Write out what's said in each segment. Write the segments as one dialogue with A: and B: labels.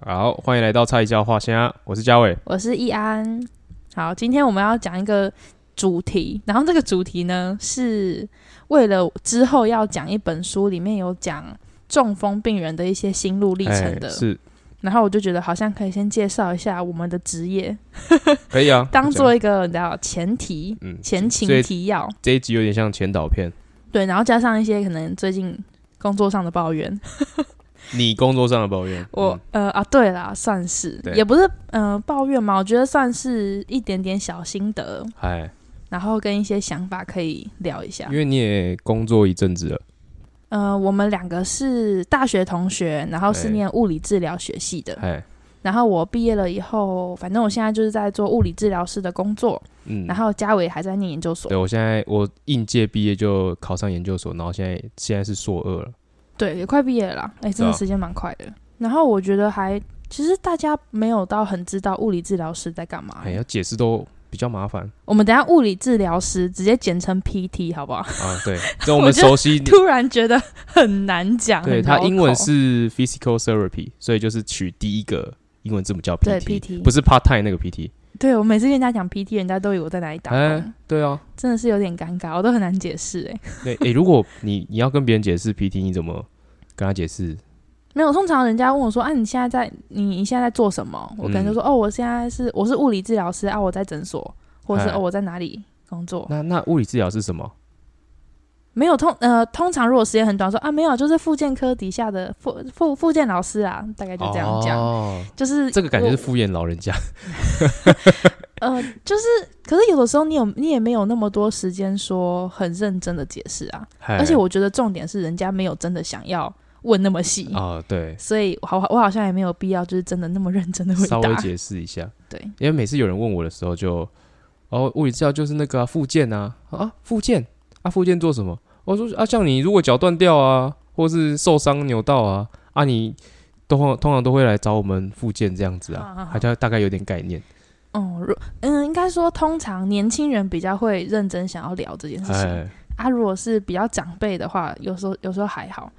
A: 好，欢迎来到蔡教画虾，我是嘉伟。
B: 我是易安。好，今天我们要讲一个主题，然后这个主题呢是为了之后要讲一本书，里面有讲中风病人的一些心路历程的。
A: 哎是
B: 然后我就觉得好像可以先介绍一下我们的职业，
A: 可以啊，
B: 当
A: 我
B: 做
A: 讲
B: 一个你知道前提、
A: 嗯
B: 前
A: 所
B: 情
A: 以
B: 提要，
A: 这一集有点像前导片。
B: 对，然后加上一些可能最近工作上的抱怨。
A: 你工作上的抱怨，嗯
B: 我、呃啊，对啦，算是
A: 对
B: 也不是呃抱怨嘛，我觉得算是一点点小心得，
A: 嗯哎、
B: 然后跟一些想法可以聊一下。
A: 因为你也工作一阵子了，
B: 呃，我们两个是大学同学，然后是
A: 哎
B: 念物理治疗学系的。
A: 哎，
B: 然后我毕业了以后，反正我现在就是在做物理治疗师的工作。
A: 嗯，
B: 然后嘉伟还在念研究所
A: 对，我现在我应届毕业就考上研究所，然后现在现在是硕二了，
B: 对，也快毕业了啦。哎，真
A: 对
B: 的
A: 啊
B: 时间蛮快的。然后我觉得还，其实大家没有到很知道物理治疗师在干嘛。
A: 哎，要解释都比较麻烦
B: 我们等一下物理治疗师直接简称 PT 好不好？
A: 啊。 对，这我们
B: 觉得
A: 熟悉，
B: 突然觉得很难讲。
A: 嗯对
B: 很
A: 它
B: 绕
A: 英文
B: 口
A: 是 physical therapy，所以就是取第一个英文字母叫 PT，,
B: 对 PT
A: 不是 part time 那个 PT。
B: 对我每次跟人家讲 PT，人家都以为我在哪里打工，
A: 哎，对啊，
B: 真的是有点尴尬，我都很难解释哎、
A: 对，诶，如果你你要跟别人解释 PT，你怎么跟他解释？
B: 没有，通常人家问我说：“啊，你现在在你你现在在做什么？”我可能就
A: 嗯
B: 说：“哦，我现在是我是物理治疗师啊，我在诊所，或者是
A: 哎
B: 哦我在哪里工作。
A: 那那物理治疗是什么？”
B: 没有通呃，通常如果时间很短，说啊没有，就是复健科底下的复复复健老师啊，大概就这样讲，
A: 哦，
B: 就是
A: 这个感觉是
B: 我
A: 敷衍老人 家。
B: 呃，就是可是有的时候你有你也没有那么多时间说很认真的解释啊，而
A: 而
B: 且我觉得重点是人家没有真的想要问那么细。
A: 啊，对，
B: 所以我好，我好像也没有必要，就是真的那么认真的回答。
A: 稍微解释一下，
B: 对，
A: 因为每次有人问我的时候就，哦，物理治疗就是那个啊复、健啊，啊复健啊复健做什么？我说啊，像你如果脚断掉啊，或是受伤扭到啊，啊你都通常都会来找我们复健这样子
B: 啊啊
A: 啊
B: 啊，
A: 还大大概有点概念，
B: 哦，如嗯，应该说，通常年轻人比较会认真想要聊这件事情
A: 哎，
B: 啊。如果是比较长辈的话，有时候有时候还好。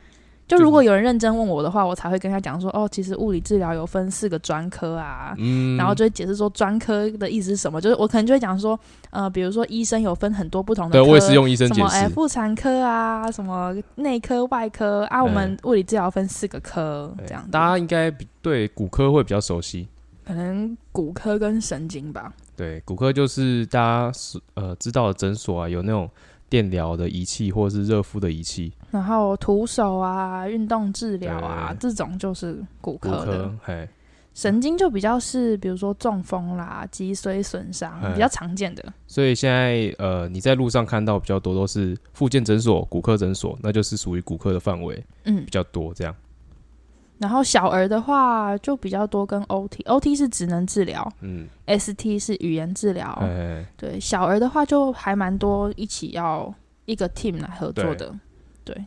B: 就
A: 就是
B: 如果有人认真问我的话，我才会跟他讲说，哦，其实物理治疗有分四个专科啊，
A: 嗯，
B: 然后就会解释说专科的意思是什么。就是我可能就会讲说，呃，比如说医生有分很多不同的
A: 对
B: 科，
A: 我也是用医生
B: 什
A: 解
B: 么哎
A: 释，
B: 妇产科啊，什么内科、外科啊，我们物理治疗分四个科
A: 哎
B: 这样子，
A: 大家应该比对骨科会比较熟悉。
B: 可能骨科跟神经吧。
A: 对，骨科就是大家所呃知道的诊所啊，有那种电疗的仪器或是热敷的仪器，
B: 然后徒手啊、运动治疗啊这种就是骨
A: 骨
B: 科的，
A: 科，嘿，
B: 神经就比较是比如说中风啦、脊髓损伤
A: 哎
B: 比较常见的。
A: 所以现在呃你在路上看到比较多都是复健诊所、骨科诊所，那就是属于骨科的范围
B: 嗯
A: 比，较多这样。
B: 然后小儿的话就比较多跟 OT，OT 是职能治疗
A: 嗯，
B: ，ST 是语言治疗。
A: 哎，
B: 对，小儿的话就还蛮多一起要一个 team 来合作的。对，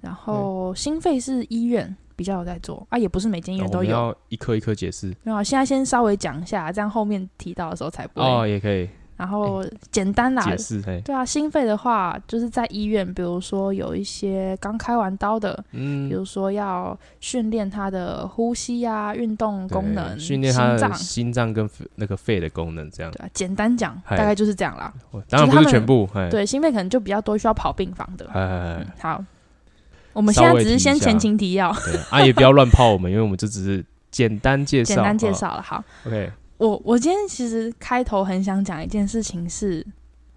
B: 然后心肺是医院比较有在做啊，也不是每间医
A: 那
B: 院
A: 我
B: 都
A: 们
B: 有。
A: 要一颗一颗解释
B: 没有，啊现在先稍微讲一下，这样后面提到的时候才不会。
A: 哦，也可以
B: 然后简单啦，
A: 解释，嘿，
B: 对啊，心肺的话，就是在医院，比如说有一些刚开完刀的，比
A: 嗯，
B: 如说要训练他的呼吸啊、运动功
A: 对
B: 能、
A: 训练他
B: 心脏
A: 的，心脏跟肺那个肺的功能这样，
B: 对啊，简单讲，
A: 嗨
B: 大概就是这样啦。
A: 哦当然不
B: 就是他
A: 是
B: 们
A: 全部，嘿，
B: 对，心肺可能就比较多需要跑病房的。
A: 哎，哎，
B: 嗯
A: 哎
B: 好，我们
A: 稍
B: 现在
A: 微
B: 只
A: 提
B: 是
A: 一
B: 先
A: 下
B: 前情提要，
A: 对啊，也不要乱泡我们，因为我们这只是简单介绍，
B: 简单介
A: 啊
B: 绍了。好，
A: OK，
B: 我我今天其实开头很想讲一件事情是，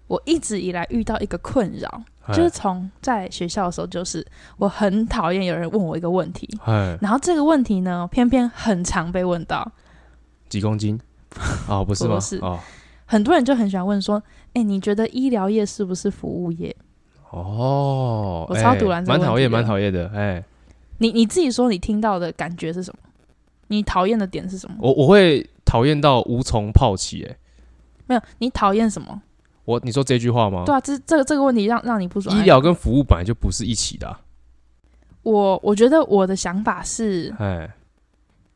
B: 我一直以来遇到一个困扰，就是从在学校的时候，就是我很讨厌有人问我一个问题，
A: 哎，
B: 然后这个问题呢，偏偏很常被问到，
A: 几公斤？哦，不是吗？
B: 不是
A: 哦
B: 很多人就很喜欢问说：“哎，你觉得医疗业是不是服务业
A: 哦，
B: 我超
A: 哎
B: 堵拦这个
A: 蛮讨
B: 问题
A: 厌，
B: 的
A: 蛮讨厌的。哎，？”
B: 你你自己说，你听到的感觉是什么？你讨厌的点是什么？
A: 我我会讨厌到无从泡起。哎，
B: 没有，你讨厌什么？
A: 我你说这句话吗？
B: 对啊，哎这这个这个问题让让你不爽。
A: 哦医疗跟服务本来就不是一起的啊。
B: 我我觉得我的想法是
A: 哎，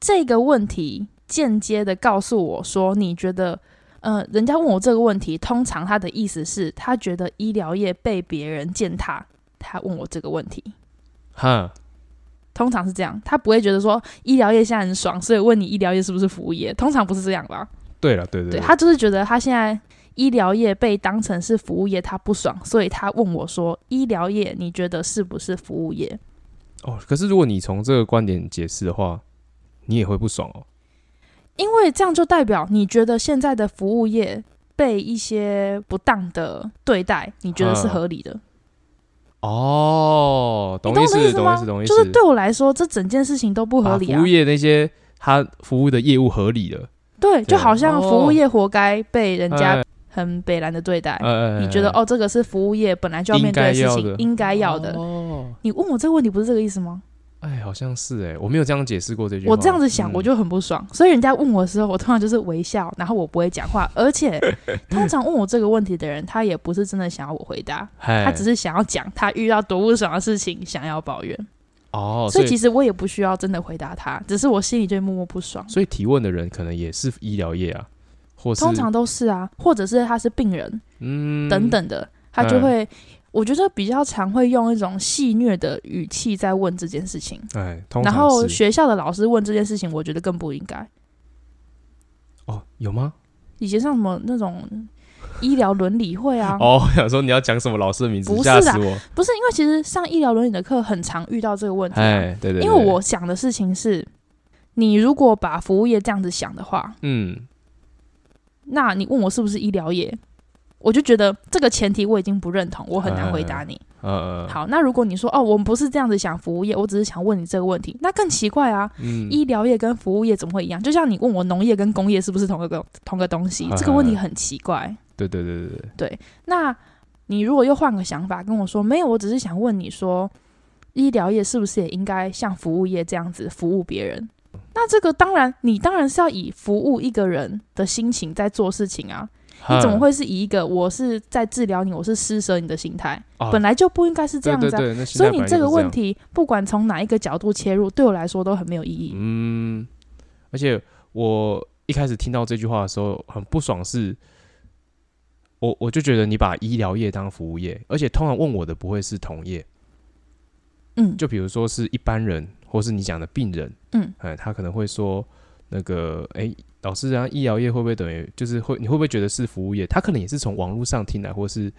B: 这个问题间接的告诉我说，你觉得，呃，人家问我这个问题，通常他的意思是他觉得医疗业被别人践踏，他问我这个问题。
A: 哈，
B: 通常是这样，他不会觉得说医疗业现在很爽，所以问你医疗业是不是服务业，通常不是这样吧？
A: 对了，对对
B: 对他就是觉得他现在医疗业被当成是服务业，他不爽，所以他问我说：“医疗业你觉得是不是服务业
A: 哦，可是如果你从这个观点解释的话，你也会不爽哦。？”
B: 因为这样就代表你觉得现在的服务业被一些不当的对待，你觉得是
A: 嗯
B: 合理的。
A: 哦，懂
B: 你懂
A: 意
B: 我的
A: 思，
B: 思
A: 懂
B: 吗？
A: 意思，懂意思。
B: 就是对我来说，这整件事情都不合
A: 把
B: 理
A: 服
B: 啊
A: 务。业那些他服务的业务合理了，
B: 对，就好像
A: 哦
B: 服务业活该被人家
A: 哎
B: 很北蓝的对待。
A: 呃，
B: 你觉得哦，这个是服务业本来就要面对事情，应该要的。
A: 哦，
B: 你问我这个问题不是这个意思吗？
A: 哎，好像是哎，我没有这样解释过这句话。
B: 我这样子想，
A: 嗯
B: 我就很不爽。所以人家问我的时候，我通常就是微笑，然后我不会讲话。而且通常问我这个问题的人，他也不是真的想要我回答，
A: 他
B: 他只是想要讲他遇到多不爽的事情，想要抱怨。
A: 哦，
B: 所
A: 所
B: 以其
A: 以
B: 实我也不需要真的回答他，只是我心里就会默默不爽。
A: 所以提问的人可能也是医疗业啊，或是
B: 通常都是啊，或者是他是病人
A: 嗯
B: 等等的，他就会，我觉得比较常会用一种戏谑的语气在问这件事情。
A: 哎，通
B: 然
A: 常
B: 后
A: 是
B: 学校的老师问这件事情，我觉得更不应该。
A: 哦有吗？
B: 以前像什么那种医疗伦理会啊，
A: 哦，我想说你要讲什么老师的名字
B: 不，是
A: 吓
B: 啊
A: 死我！
B: 不是因为其实上医疗伦理的课很常遇到这个问题啊、
A: 哎，对对，
B: 因为
A: 对
B: 我想的事情是，你如果把服务业这样子想的话，
A: 嗯
B: 那你问我是不是医疗业，我就觉得这个前提我已经不认同，我很难回答你。
A: 呃
B: 好，那如果你说哦，我们不是这样子想服务业，我只是想问你这个问题，那更奇怪啊！
A: 嗯
B: 医疗业跟服务业怎么会一样？就像你问我农业跟工业是不是同一个同个东西，这个问
A: 嗯
B: 题很奇怪。
A: 对对对对对，
B: 那你如果又换个想法跟我说，没有，我只是想问你说，医疗业是不是也应该像服务业这样子服务别人？那这个当然，你当然是要以服务一个人的心情在做事情啊！你怎么
A: 哈
B: 会是以一个我是在治疗你，我是施舍你的心态？
A: 啊
B: 本来就不应该是这样子
A: 哦对
B: 啊！
A: 对对，那心
B: 所以
A: 态
B: 你
A: 本来
B: 这
A: 就
B: 个
A: 是
B: 问
A: 样，
B: 题，不管从哪一个角度切入，对我来说都很没有意义。
A: 嗯，而且我一开始听到这句话的时候很不爽是，我我就觉得你把医疗业当服务业，而且通常问我的不会是同业，
B: 嗯，
A: 就比如说是一般人，或是你讲的病人，
B: 嗯，
A: 哎，他可能会说那个，哎、老师，然后医疗业会不会等于就是会，你会不会觉得是服务业？他可能也是从网络上听来，或是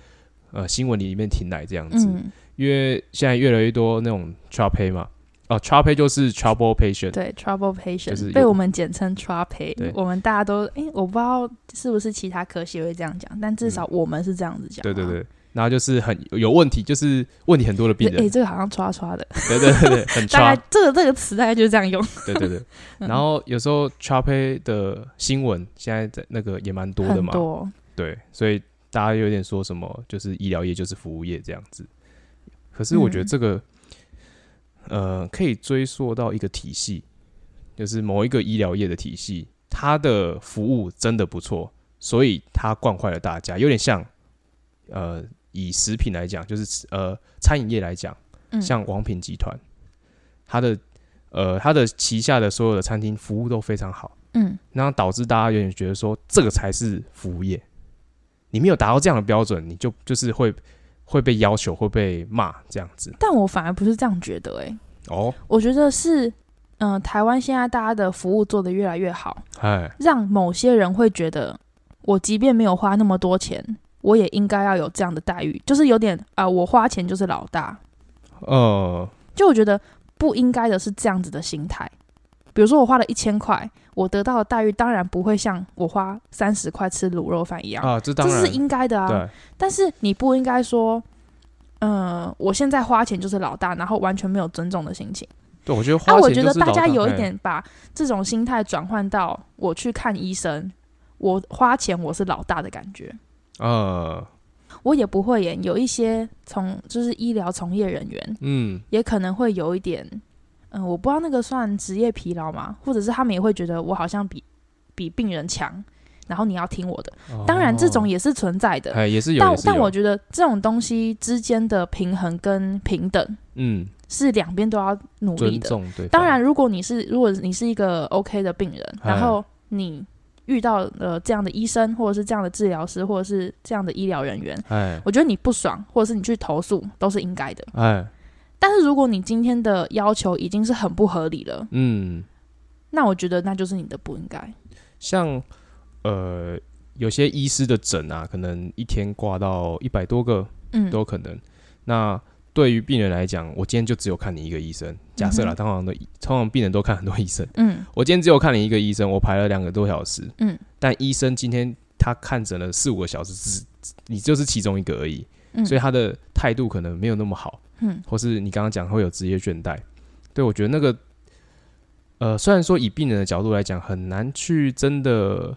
A: 呃新闻里面听来这样子，
B: 嗯，
A: 因为现在越来越多那种 trouble 嘛，哦，trouble 就是 trouble patient，
B: 对，trouble
A: 就是
B: patient
A: 有
B: 被我们简称 trouble，
A: 对
B: 我们大家都诶，我不知道是不是其他科系会这样讲，但至少我们是这样子讲、
A: 嗯
B: 啊
A: 对对。对，然后就是很有问题，就是问题很多的病
B: 诶，
A: 人，
B: 这个好像刷刷的，
A: 对对对对，很
B: 大
A: trouble
B: 概。这个这个词大概就是这样用，
A: 对对对，
B: 嗯
A: 然后有时候 trouble 的新闻现在在那个也蛮多的
B: 很
A: 嘛，
B: 多。
A: 对，所以大家有点说什么就是医疗业就是服务业这样子。可是我觉得
B: 嗯
A: 这个，呃，可以追溯到一个体系，就是某一个医疗业的体系，它的服务真的不错，所以它惯坏了大家，有点像，呃，以食品来讲，就是呃，餐饮业来讲，
B: 嗯
A: 像王品集团，它的呃，它的旗下的所有的餐厅服务都非常好。
B: 嗯，
A: 那导致大家有点觉得说，这个才是服务业。你没有达到这样的标准，你就就是会会被要求，会被骂这样子。
B: 但我反而不是这样觉得、诶，
A: 哦，
B: 我觉得是，嗯、台湾现在大家的服务做得越来越好，
A: 哎，
B: 让某些人会觉得，我即便没有花那么多钱，我也应该要有这样的待遇，就是有点啊、我花钱就是老大。
A: 呃，
B: 就我觉得不应该的是这样子的心态。比如说我花了一千块，我得到的待遇当然不会像我花三十块吃卤肉饭一样，
A: 啊，这
B: 这
A: 当然
B: 是应该的啊。
A: 对，
B: 但是你不应该说，嗯，我现在花钱就是老大，然后完全没有尊重的心情。
A: 对我觉得花
B: 啊，
A: 钱
B: 我觉
A: 就
B: 得
A: 是
B: 大
A: 老
B: 家
A: 大
B: 有一
A: 哎
B: 点把这种心态转换到我去看医生，我花钱我是老大的感觉。
A: 呃，
B: 我也不会耶，有一些从就是医疗从业人员
A: 嗯，
B: 也可能会有一点，嗯，我不知道那个算职业疲劳吗？或者是他们也会觉得我好像比比病人强，然后你要听我的。当然，这种
A: 也
B: 也是存在的，
A: 哎也是有，
B: 但
A: 也是
B: 但
A: 有
B: 我觉得这种东西之间的平衡跟平等
A: 嗯
B: 是两边都要努力
A: 尊
B: 的。
A: 重对，
B: 当然，，如果你是如果你是一个 OK 的病人，
A: 哎
B: 然后你遇到了这样的医生，或者是这样的治疗师，或者是这样的医疗人员，
A: 哎
B: 我觉得你不爽，或者是你去投诉，都是应该的。
A: 哎
B: 但是如果你今天的要求已经是很不合理了，
A: 嗯，
B: 那我觉得那就是你的不应该。
A: 像呃有些医师的诊啊，可能一天挂到一百多个
B: 嗯，
A: 都有可能。那对于病人来讲，我今天就只有看你一个医生。假设啦，
B: 嗯哼
A: 通常的通常病人都看很多医生，
B: 嗯
A: 我今天只有看你一个医生，我排了两个多小时。
B: 嗯，
A: 但医生今天他看诊了四五个小时，只只你就是其中一个而已，
B: 嗯，
A: 所以他的态度可能没有那么好，
B: 嗯
A: 或是你刚刚讲会有职业倦怠。对我觉得那个，呃，虽然说以病人的角度来讲，很难去真的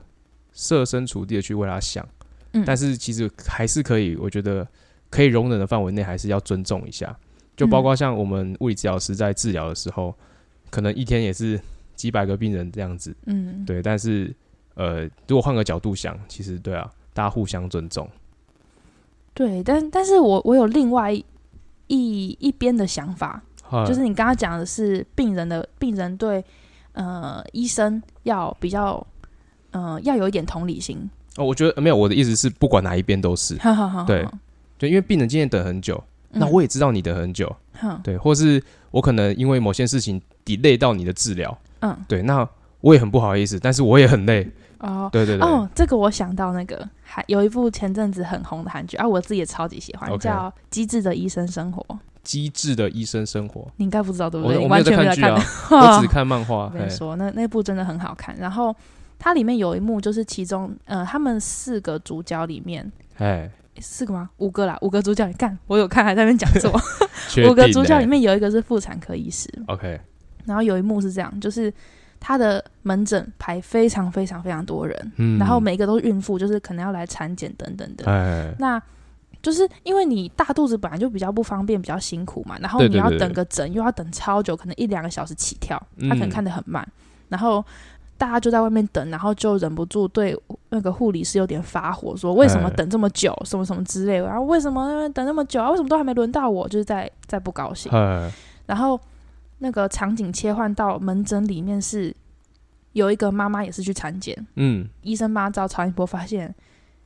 A: 设身处地的去为他想，
B: 嗯，
A: 但是其实还是可以，我觉得可以容忍的范围内，还是要尊重一下。就
B: 嗯
A: 包括像我们物理治疗师在治疗的时候，可能一天也是几百个病人这样子，
B: 嗯
A: 对。但是呃，如果换个角度想，其实对啊，大家互相尊重。
B: 对，但但是我我有另外一一边的想法，
A: 嗯
B: 就是你刚刚讲的是病人的病人对呃医生要比较呃要有一点同理心，
A: 哦，我觉得呃没有我的意思是，不管哪一边都是，
B: 哈哈哈哈
A: 对对，因为病人今天等很久，那
B: 嗯
A: 我也知道你等很久，
B: 哼
A: 对，或是我可能因为某些事情 delay 到你的治疗，
B: 嗯
A: 对，那我也很不好意思，但是我也很累，
B: 哦
A: 对对对，
B: 哦，这个我想到那个还有一部前阵子很红的韩剧啊，我自己也超级喜欢
A: OK
B: 叫《机智的医生生活》，
A: 机智的医生生活。
B: 你应该不知道对不
A: 我
B: 对？
A: 我
B: 你
A: 没有
B: 完
A: 在
B: 全没
A: 看
B: 有
A: 剧
B: 看
A: 啊，
B: 到
A: 我只看漫画。
B: 我
A: 嘿
B: 跟你说，那那部真的很好看。然后它里面有一幕就是其中呃，他们四个主角里面。
A: 哎，
B: 诶四个吗？五个啦，五个主角。你看，我有看，还在那边讲 座。
A: 确
B: 五个
A: 定
B: 主角
A: 欸
B: 里面有一个是妇产科医师，
A: ，OK，
B: 然后有一幕是这样，就是他的门诊排非常非常非常多人，
A: 嗯，
B: 然后每个都是孕妇，就是可能要来产检等等的。
A: 哎，
B: 那就是因为你大肚子本来就比较不方便，比较辛苦嘛，然后
A: 对
B: 你
A: 对
B: 要
A: 对
B: 等
A: 对
B: 个诊，又要等超久，可能一两个小时起跳，他可
A: 嗯
B: 能看得很慢，然后大家就在外面等，然后就忍不住对呃那个护理师有点发火，说为什么
A: 哎
B: 等这么久，什么什么之类的，然后为什么等那么久啊，为什么都还没轮到我，就是在在不 高兴。
A: 哎，
B: 然后那个场景切换到门诊里面是有一个妈妈也是去产检，
A: 嗯，
B: 医生帮她照超音波，发现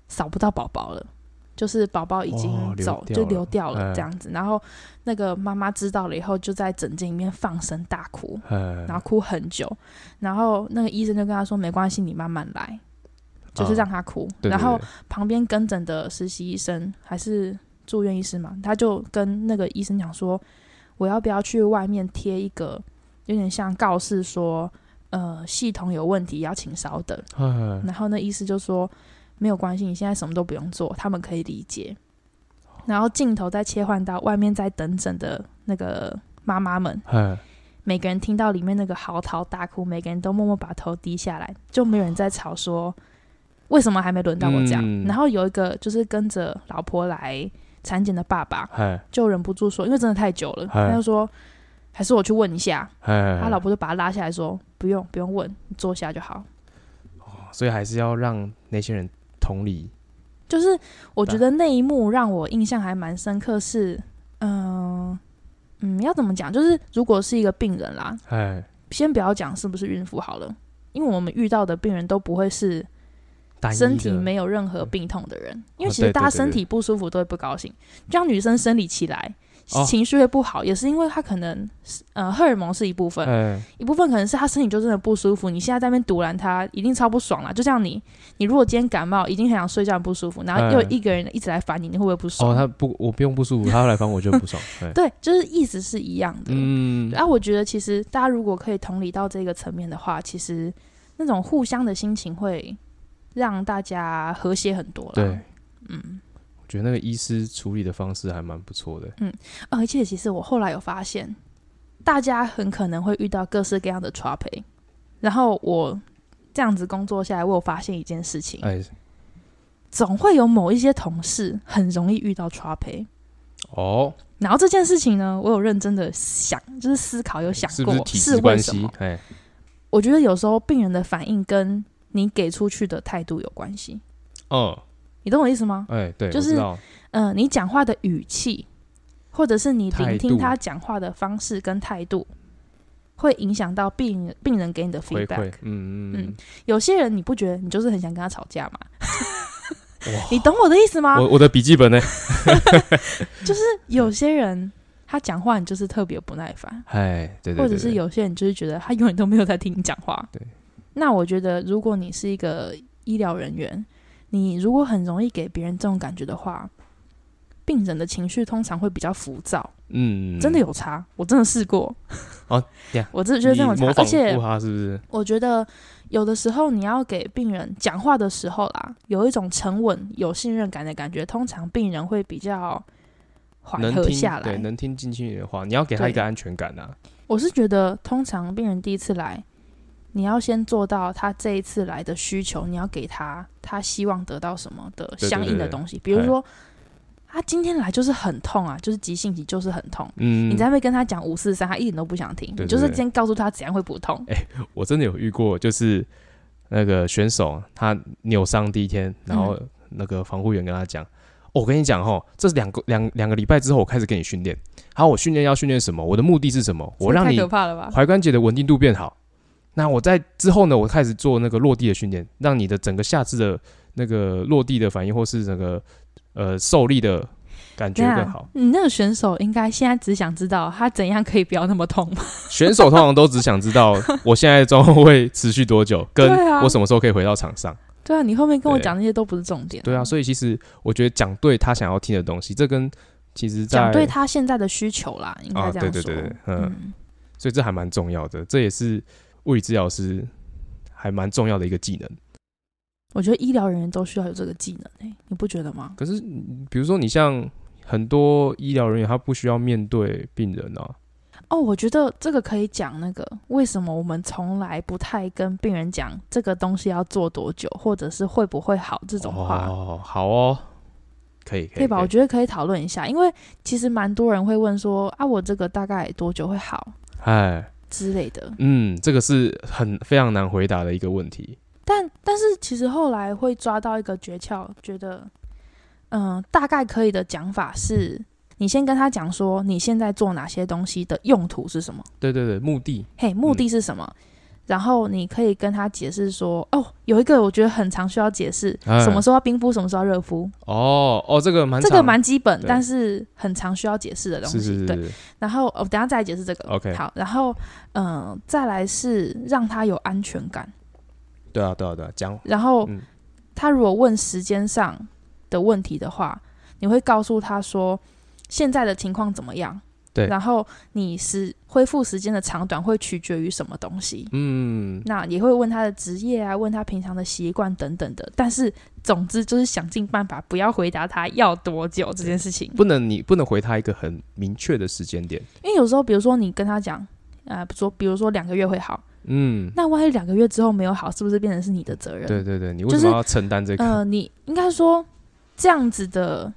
B: 扫不到宝宝了，就是宝宝已
A: 哦
B: 经
A: 流
B: 走、
A: 掉
B: 就
A: 了
B: 流掉了
A: 嗯
B: 这样子。然后那个妈妈知道了以后，就在诊间里面放声大哭，
A: 哎，
B: 然后哭很久。然后那个医生就跟她说：“没关系，你慢慢来。”就是
A: 啊
B: 让她哭，
A: 对对
B: 然后
A: 对
B: 旁边跟诊的实习医生还是住院医师嘛，他就跟那个医生讲说，我要不要去外面贴一个有点像告示说，呃，系统有问题，要请稍等。
A: 哎
B: 然后那医师就说，没有关系，你现在什么都不用做，他们可以理解。然后镜头再切换到外面在等诊的那个妈妈们，
A: 哎，
B: 每个人听到里面那个嚎啕大哭，每个人都默默把头低下来，就没有人在吵说为什么还没轮到我这样。
A: 嗯
B: 然后有一个就是跟着老婆来产检的爸爸，
A: 哎，
B: 就忍不住说，因为真的太久了，
A: 哎
B: 他就说还是我去问一下。
A: 哎，
B: 他老婆就把他拉下来说，不用不用问，你坐下就好。
A: 所以还是要让那些人同理。
B: 就是
A: 啊
B: 我觉得那一幕让我印象还蛮深刻是，嗯嗯，要怎么讲？就是如果是一个病人啦，
A: 哎，
B: 先不要讲是不是孕妇好了，因为我们遇到的病人都不会是
A: 单一
B: 身体
A: 的
B: 没有任何病痛的人，因为
A: 哦
B: 其实
A: 对
B: 大家
A: 对对
B: 身体不舒服都会不高兴，就像女生生理期来。
A: 哦
B: 情绪会不好，也是因为她可能是呃荷尔蒙是一部分，
A: 哎，
B: 一部分可能是她身体就真的不舒服。你现在在那边堵拦她，一定超不爽啦。就像你，你如果今天感冒，已经很想睡觉，很不舒服，然后又
A: 哎
B: 有一个人一直来烦你，你会不会不爽？
A: 哦，他不，我不用不舒服，他要来烦我就不爽。哎，
B: 对，就是意思是一样的。
A: 嗯，
B: 啊，我觉得其实大家如果可以同理到这个层面的话，其实那种互相的心情会让大家和谐很多了。
A: 对，
B: 嗯，
A: 我觉得那个医师处理的方式还蛮不错的。
B: 呃而且其实我后来有发现，大家很可能会遇到各式各样的 trouble。然后我这样子工作下来，我有发现一件事情，
A: 哎，
B: 总会有某一些同事很容易遇到 trouble。
A: 哦，
B: 然后这件事情呢，我有认真的想，就是思考，有想
A: 是不
B: 过
A: 是体
B: 是
A: 质
B: 为
A: 关
B: 什
A: 系
B: 么？
A: 哎，
B: 我觉得有时候病人的反应跟你给出去的态度有关系，
A: 嗯，
B: 你懂我意思吗？
A: 哎，对，
B: 就
A: 我知
B: 是
A: 道
B: 嗯、你讲话的语气，或者是你聆
A: 态
B: 听
A: 度
B: 他讲话的方式跟态度，会影响到病人病人给你的
A: 回馈
B: feedback。，
A: 嗯嗯
B: 有些人你不觉得你就是很想跟他吵架吗？
A: 嗯，哇。
B: 你懂我的意思吗？
A: 我我的笔记本呢？
B: 有些人他讲话你就是特别不耐烦，
A: 哎，对对对
B: 或者是
A: 对
B: 有些人就是觉得他永远都没有在听你讲话。
A: 对，
B: 那我觉得如果你是一个医疗人员，你如果很容易给别人这种感觉的话，病人的情绪通常会比较浮躁，
A: 嗯，
B: 真的有差，我真的试过。
A: 哦呀
B: 我真的觉得这种
A: 你模
B: 差，
A: 仿
B: 而且
A: 过他是不是？
B: 我觉得有的时候你要给病人讲话的时候啦，有一种沉稳、有信任感的感觉，通常病人会比较缓
A: 能
B: 和
A: 听
B: 下
A: 对，
B: 来。
A: 能听进去你的话，你要给他一个
B: 对
A: 安全感啊。
B: 我是觉得，通常病人第一次来，你要先做到他这一次来的需求，你要给他他希望得到什么的
A: 对
B: 相应的东西。比如说，他今天来就是很痛啊，就是急性期就是很痛。
A: 嗯，
B: 你在那边跟他讲五四三，他一点都不想听。
A: 对对
B: 你就是
A: 对
B: 先告诉他怎样会不痛。
A: 我真的有遇过，就是那个选手他扭伤第一天，然后
B: 嗯
A: 那个防护员跟他讲。哦我跟你讲哦，这是两个两两个礼拜之后，我开始跟你训练。好，我训练要训练什么？我的目的是什么？我让
B: 太
A: 你
B: 可怕了吧？
A: 踝关节的稳定度变好。那我在之后呢，我开始做那个落地的训练，让你的整个下肢的那个落地的反应，或是整个呃受力的感觉
B: 对啊
A: 更好。
B: 你那个选手应该现在只想知道他怎样可以不要那么痛吧？
A: 选手通常都只想知道我现在的状况会持续多久，跟
B: 对啊
A: 我什么时候可以回到场上。
B: 对啊，你后面跟我
A: 对
B: 讲那些都不是重点。
A: 对啊，所以其实我觉得讲对他想要听的东西，这跟其实在
B: 讲对他现在的需求啦，应该
A: 啊，
B: 这
A: 对
B: 样
A: 对
B: 说。
A: 对对，嗯，
B: 嗯，
A: 所以这还蛮重要的，这也是物理治疗师还蛮重要的一个技能。
B: 我觉得医疗人员都需要有这个技能诶、你不觉得吗？
A: 可是，嗯比如说你像很多医疗人员，他不需要面对病人啊，
B: 哦，我觉得这个可以讲那个为什么我们从来不太跟病人讲这个东西要做多久，或者是会不会好这种话，
A: 哦，好哦，可以可以
B: 可以吧？我
A: 可以
B: 觉得可以讨论一下，因为其实蛮多人会问说啊，我这个大概多久会好
A: 哎，
B: 之类的。
A: 嗯，这个是很非常难回答的一个问题。
B: 但但是其实后来会抓到一个诀窍，觉得，嗯、大概可以的讲法是，你先跟他讲说你现在做哪些东西的用途是什么，
A: 对对对，目的
B: 嘿，目
A: 嗯
B: 的是什么，然后你可以跟他解释说，哦，有一个我觉得很常需要解释，
A: 哎
B: 什么时候要冰敷，什么时候要热敷，
A: 哦哦，这个蛮
B: 这个
A: 长
B: 蛮基本
A: 对，
B: 但是很常需要解释的东西，
A: 是是
B: 对。
A: 是是，
B: 然后哦，等一下再来解释这个
A: OK
B: 好，然后嗯、再来是让他有安全感。
A: 对啊对啊对啊，讲
B: 然后、
A: 嗯
B: 他如果问时间上的问题的话，你会告诉他说现在的情况怎么样？
A: 对
B: 然后你是恢复时间的长短会取决于什么东西？
A: 嗯，
B: 那也会问他的职业啊，问他平常的习惯等等的。但是总之就是想尽办法不要回答他要多久这件事情，
A: 不能你不能回他一个很明确的时间点，
B: 因为有时候比如说你跟他讲。啊，说，比如说两个月会好，
A: 嗯，
B: 那万一两个月之后没有好，是不是变成是你的责任？
A: 对对对，你为
B: 就
A: 什么
B: 是
A: 要承担这个？
B: 呃，你应该说这样子的，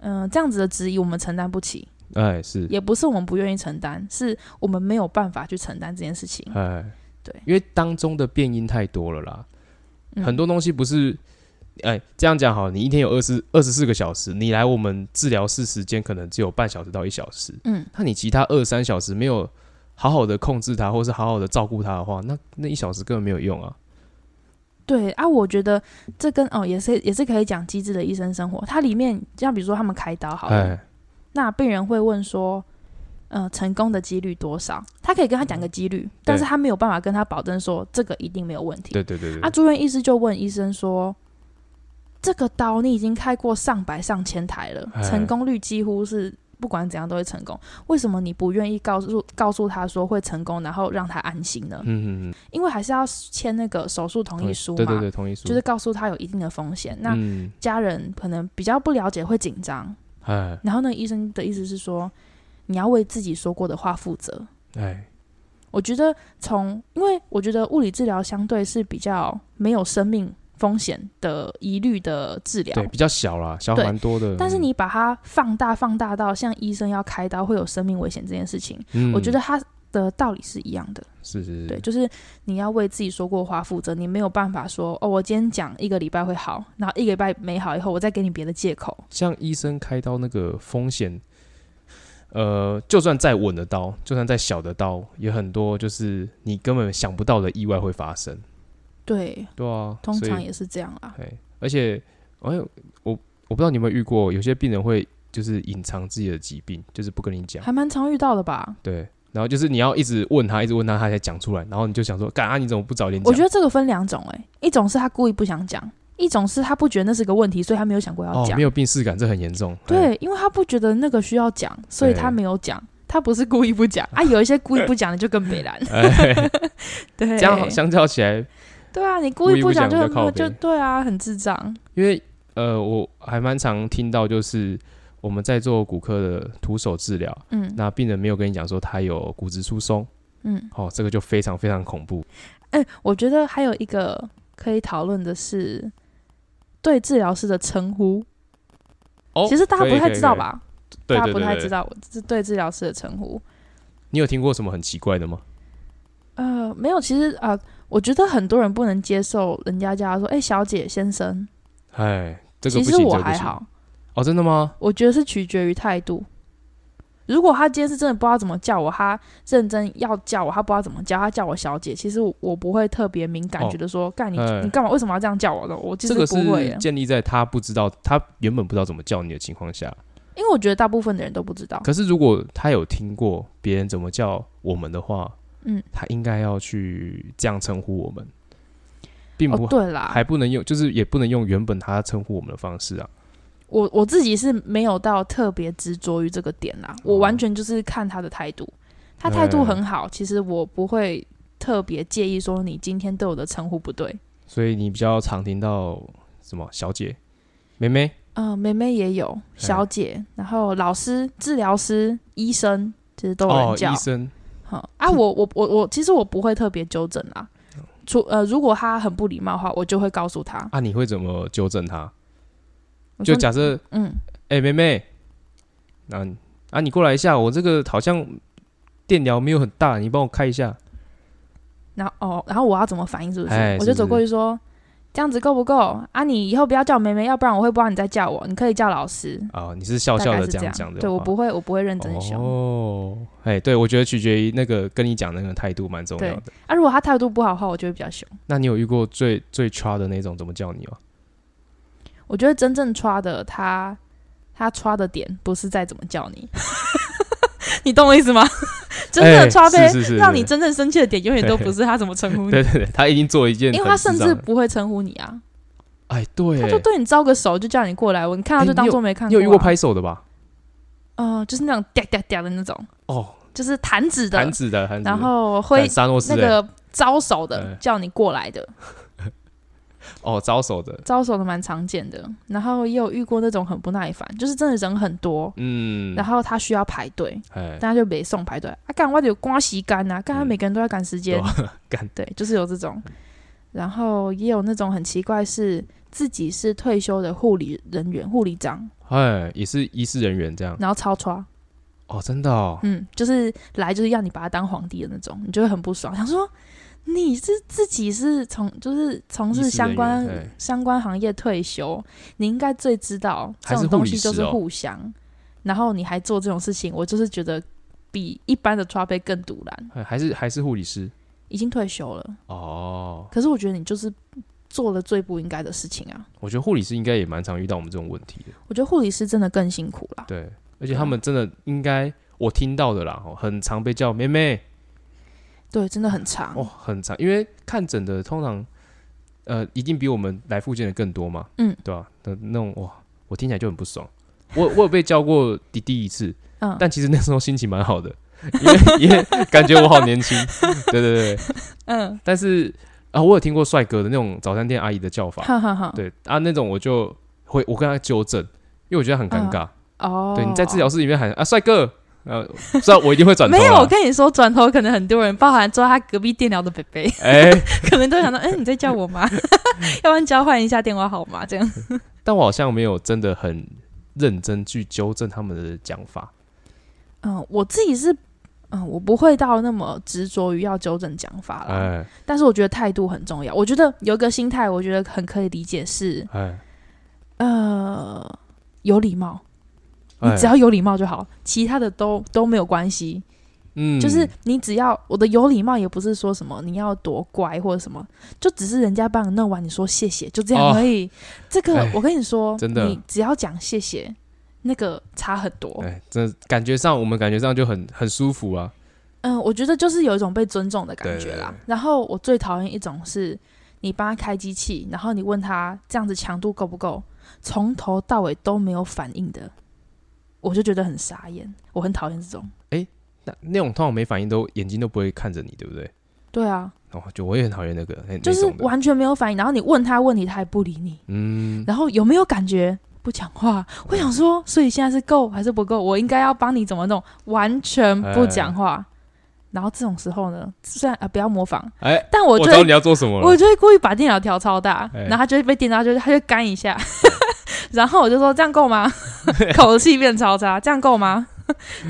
B: 嗯、这样子的质疑我们承担不起，
A: 哎是，
B: 也不是我们不愿意承担，是我们没有办法去承担这件事情。
A: 哎，
B: 对
A: 因为当中的变音太多了啦，
B: 嗯
A: 很多东西不是，哎，这样讲好，你一天有二十二十四个小时，你来我们治疗室时间可能只有半小时到一小时，
B: 嗯，
A: 那你其他二三小时没有好好的控制它，或是好好的照顾它的话，那那一小时根本没有用啊。
B: 对啊，我觉得这跟哦也是也是可以讲《机智的医生生活》，它里面像比如说他们开刀好了，
A: 哎，
B: 那病人会问说。呃，成功的几率多少？他可以跟他
A: 嗯
B: 讲个几率，但是他没有办法跟他保证说这个一定没有问题。
A: 对对对对，
B: 啊，住院医师就问医生说：“这个刀你已经开过上百上千台了，
A: 哎
B: 成功率几乎是不管怎样都会成功，为什么你不愿意告诉告诉他说会成功，然后让他安心呢？
A: 嗯嗯嗯，
B: 因为还是要签那个手术同
A: 同
B: 意
A: 意
B: 书嘛，
A: 对对对，同意书
B: 就是告诉他有一定的风险。那
A: 嗯，
B: 家人可能比较不了解，会紧张。
A: 哎
B: 然后呢，医生的意思是说，你要为自己说过的话负责。
A: 哎，
B: 我觉得从，因为我觉得物理治疗相对是比较没有生命风险的疑虑的治疗，
A: 对，比嗯较小啦，小
B: 对
A: 蛮多的。
B: 但是你把它放大放大到像医生要开刀会有生命危险这件事情，
A: 嗯，
B: 我觉得它的道理是一样的。
A: 是是
B: 对，
A: 是，
B: 就是你要为自己说过话负责，你没有办法说哦，我今天讲一个礼拜会好，然后一个礼拜没好以后，我再给你别的借口。
A: 像医生开刀那个风险，呃，就算再稳的刀，就算再小的刀，也很多，就是你根本想不到的意外会发生。
B: 对，
A: 对啊，
B: 通
A: 所以
B: 常也是这样啦。啊
A: 哎，而且，哎，我我不知道你有没有遇过，有些病人会就是隐藏自己的疾病，就是不跟你讲。
B: 还蛮常遇到的吧？
A: 对，然后就是你要一直问他，一直问他，他才讲出来。然后你就想说，干啊，你怎么不早点讲？
B: 我觉得这个分两种、欸，哎，一种是他故意不想讲，一种是他不觉得那是个问题，所以他没有想过要
A: 哦，
B: 讲。
A: 没有病视感，这很严重。哎，
B: 对，因为他不觉得那个需要讲，所以他没有讲。他不是故意不 讲啊，有一些故意不讲的就更北蓝。
A: 哎，
B: 对，
A: 这样相较起来，
B: 对啊，你故意不讲就
A: 故意不讲比较靠
B: 就
A: 北
B: 对啊，很智障。
A: 因为呃，我还蛮常听到，就是我们在做骨科的徒手治疗，
B: 嗯
A: 那病人没有跟你讲说他有骨质疏松，
B: 嗯，
A: 哦，这个就非常非常恐怖。
B: 哎、我觉得还有一个可以讨论的是对治疗师的称呼，
A: 哦，
B: 其实大家不太知道
A: 可以？可以可以
B: 吧？大家
A: 对对
B: 不
A: 对
B: 太
A: 对
B: 知道是对治疗师的称呼。
A: 你有听过什么很奇怪的吗？
B: 呃，没有，其实呃，我觉得很多人不能接受人家叫他说“哎、小姐、先生
A: 哎，”，这个不
B: 其
A: 行，
B: 实
A: 这
B: 我
A: 个不
B: 还
A: 行
B: 好，
A: 哦，真的吗？
B: 我觉得是取决于态度。如果他今天是真的不知道怎么叫我，他认真要叫我，他不知道怎么叫，他叫我小姐，其实我我不会特别敏感，
A: 哦
B: 觉得说干你
A: 哎
B: 你干嘛为什么要这样叫我的？我其
A: 这
B: 实
A: 个
B: 不会
A: 是
B: 耶，
A: 建立在他不知道，他原本不知道怎么叫你的情况下。
B: 因为我觉得大部分的人都不知道。
A: 可是如果他有听过别人怎么叫我们的话，
B: 嗯，
A: 他应该要去这样称呼我们，并不、
B: 哦，对啦，
A: 还不能用，就是也不能用原本他称呼我们的方式啊。
B: 我我自己是没有到特别执着于这个点啦，我
A: 哦
B: 完全就是看他的态度，他态度很好，其实我不会特别介意说你今天对我的称呼不对。
A: 所以你比较常听到什么小姐、妹妹，
B: 嗯，妹妹也有小姐，然后老师、治疗师、医生，其实都有
A: 哦，
B: 人叫。
A: 医生，
B: 哼啊，我我我我，其实我不会特别纠正啦。
A: 哦
B: 除呃，如果他很不礼貌的话，我就会告诉他。
A: 啊，你会怎么纠正他？
B: 我
A: 就
B: 说
A: 假设，
B: 嗯，
A: 哎、妹妹，那、啊、啊，你过来一下，我这个好像电疗没有很大，你帮我开一下。
B: 然后哦，然后我要怎么反应？是不是？
A: 哎
B: 我就
A: 是不
B: 走
A: 是
B: 过去说，这样子够不够啊？你以后不要叫梅梅，要不然我会不知道你在叫我。你可以叫老师，
A: 啊、你是笑
B: 大
A: 笑
B: 概
A: 的
B: 是这
A: 样讲的话，
B: 对我不会，我不会认真凶。
A: 哦，哎，对，我觉得取决于那个跟你讲的那个态度蛮重要的。
B: 啊，如果他态度不好的话，我就会比较凶。
A: 那你有遇过最最差的那种怎么叫你哦吗？
B: 我觉得真正刷的他，他刷的点不是在怎么叫你， 你懂我意思吗？ 真正的刷呗，
A: 哎是是是
B: 让你
A: 对
B: 真正生气的点永远都不是他怎么称呼 你，
A: 对对对，他已经做一件很
B: 因
A: 智
B: 为
A: 障的，
B: 他甚至不会称呼你啊，
A: 哎，对，
B: 他就对你招个手就叫你过来，我你看到
A: 哎
B: 就当
A: 你有
B: 做没看
A: 你
B: 过、啊
A: 有遇过拍手的吧？
B: 哦、就是那种嗲嗲嗲的那种，
A: 哦，
B: 就是弹指的，
A: 弹指的，弹指的，
B: 然后
A: 干
B: 挥
A: 沙诺斯、
B: 那
A: 哎
B: 个招手的，
A: 哎
B: 叫你过来的，
A: 哦，招手的，
B: 招手的蛮常见的。然后也有遇过那种很不耐烦，就是真的人很多，
A: 嗯
B: 然，后他需要排队，
A: 哎，
B: 但他就没送排队。啊，干我就有刮洗干呐，啊干他
A: 嗯
B: 每个人都在赶时间
A: 对， 干，
B: 对，就是有这种。然后也有那种很奇怪是。自己是退休的护理人员、护理长，
A: 哎，也是医师人员这样，
B: 然后超刷，
A: 哦，真的哦，
B: 嗯，就是来就是要你把他当皇帝的那种，你就会很不爽，想说你是自己是从就是从
A: 医
B: 事
A: 师人
B: 相
A: 员
B: 关
A: 对
B: 相关行业退休，你应该最知道这
A: 还是
B: 种
A: 护
B: 东
A: 理
B: 西就
A: 师
B: 是
A: 哦
B: 互相，然后你还做这种事情，我就是觉得比一般的抓背更堵然，
A: 哎还是还是护理师，
B: 已经退休了，
A: 哦，
B: 可是我觉得你就是做了最不应该的事情啊！
A: 我觉得护理师应该也蛮常遇到我们这种问题的。
B: 我觉得护理师真的更辛苦啦，
A: 对，而且他们真的应该，我听到的啦，哦很常被叫妹妹，
B: 对，真的很长，
A: 哦，很常，因为看诊的通常，呃，一定比我们来复健的更多嘛，
B: 嗯，
A: 对吧、那那种哇，我听起来就很不爽。我我有被叫过弟弟一次，
B: 嗯，
A: 但其实那时候心情蛮好的，因为因为感觉我好年轻， 对对对，
B: 嗯，
A: 但是啊、我有听过帅哥的那种早餐店阿姨的叫法，
B: 哈哈哈，
A: 对啊，那种我就会我跟他纠正，因为我觉得很尴尬，
B: 哦，
A: 对，你在治疗室里面喊啊帅哥，呃，虽然我一定会转头啦，
B: 没有，我跟你说，转头可能很多人，包含坐他隔壁电聊的北 北，
A: 哎、
B: 可能都想到，哎、你在叫我 吗？要不然交换一下电话号码，这样。
A: 但我好像没有真的很认真去纠正他们的讲法。
B: 嗯，我自己是，嗯，我不会到那么执着于要纠正讲法啦，
A: 哎
B: 但是我觉得态度很重要。我觉得有一个心态，我觉得很可以理解是，
A: 哎，
B: 呃，有礼貌，你
A: 哎
B: 只要有礼貌就好，其他的都都没有关系。
A: 嗯
B: 就是你只要我的有礼貌，也不是说什么你要多乖或者什么，就只是人家帮你弄完，你说谢谢，就这样
A: 哦
B: 而已。这个
A: 哎
B: 我跟你说，
A: 真的
B: 你只要讲谢谢，那个差很多。
A: 哎，真的感觉上我们感觉上就很很舒服啊。
B: 嗯，我觉得就是有一种被尊重的感
A: 对
B: 觉
A: 对
B: 啦。
A: 对
B: 然后我最讨厌一种是，你帮他开机器，然后你问他这样子强度够不够，从头到尾都没有反应的，我就觉得很傻眼，我很讨厌这种。
A: 那那种通常没反应都眼睛都不会看着你，对不对？
B: 对啊，
A: 哦，就我也很讨厌那个，那
B: 就是
A: 那种的
B: 完全没有反应，然后你问他问题，他也不理你，
A: 嗯，
B: 然后有没有感觉不讲话？我想说，所以现在是够还是不够？我应该要帮你怎么弄？完全不讲话。然后这种时候呢，虽然啊、呃不要模仿，
A: 哎，
B: 但我
A: 我
B: 就
A: 知
B: 会
A: 道你要做什么
B: 我
A: 了。
B: 就会故意把电脑调超大，
A: 哎
B: 然后他就会被电到，就是他就干 一下，然后我就说这样够吗？口气变超差，这样够吗？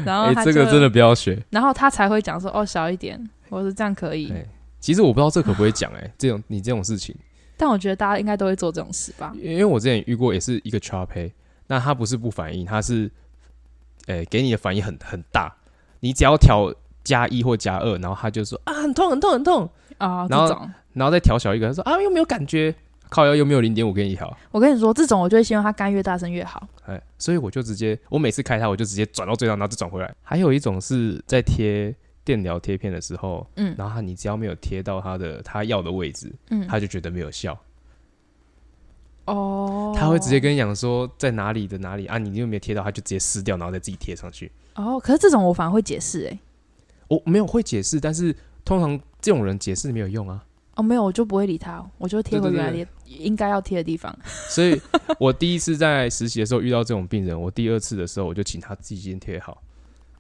B: 然后
A: 哎，
B: 他就、
A: 这个真的不要学。
B: 然后他才会讲说哦小一点，我说这样可以，
A: 哎其实我不知道这可不可以讲哎、这种你这种事情，
B: 但我觉得大家应该都会做这种事吧。
A: 因为我之前遇过也是一个 c h a p a 那他不是不反应，他是，哎，给你的反应很很大，你只要调加一或加二，然后他就说啊很痛很痛很痛，
B: 啊、
A: 然后
B: 这种
A: 然后再调小一个，他说啊又没有感觉，靠腰又没有零点五跟你调，
B: 我跟你说，这种我就会希望他干越大声越好。
A: 哎，所以我就直接我每次开它我就直接转到最大，然后再转回来。还有一种是在贴电疗贴片的时候，
B: 嗯
A: 然后它你只要没有贴到它的它要的位置，
B: 嗯，
A: 它就觉得没有效。
B: 哦，
A: 他会直接跟你讲说在哪里的哪里啊，你又没有贴到，他就直接撕掉，然后再自己贴上去。
B: 哦，可是这种我反而会解释哎、
A: 我、没有会解释，但是通常这种人解释没有用啊。
B: 哦，没有，我就不会理他，我就贴回
A: 对
B: 原
A: 对
B: 来
A: 对
B: 的应该要贴的地方。
A: 所以我第一次在实习的时候遇到这种病人，我第二次的时候我就请他自己先贴好。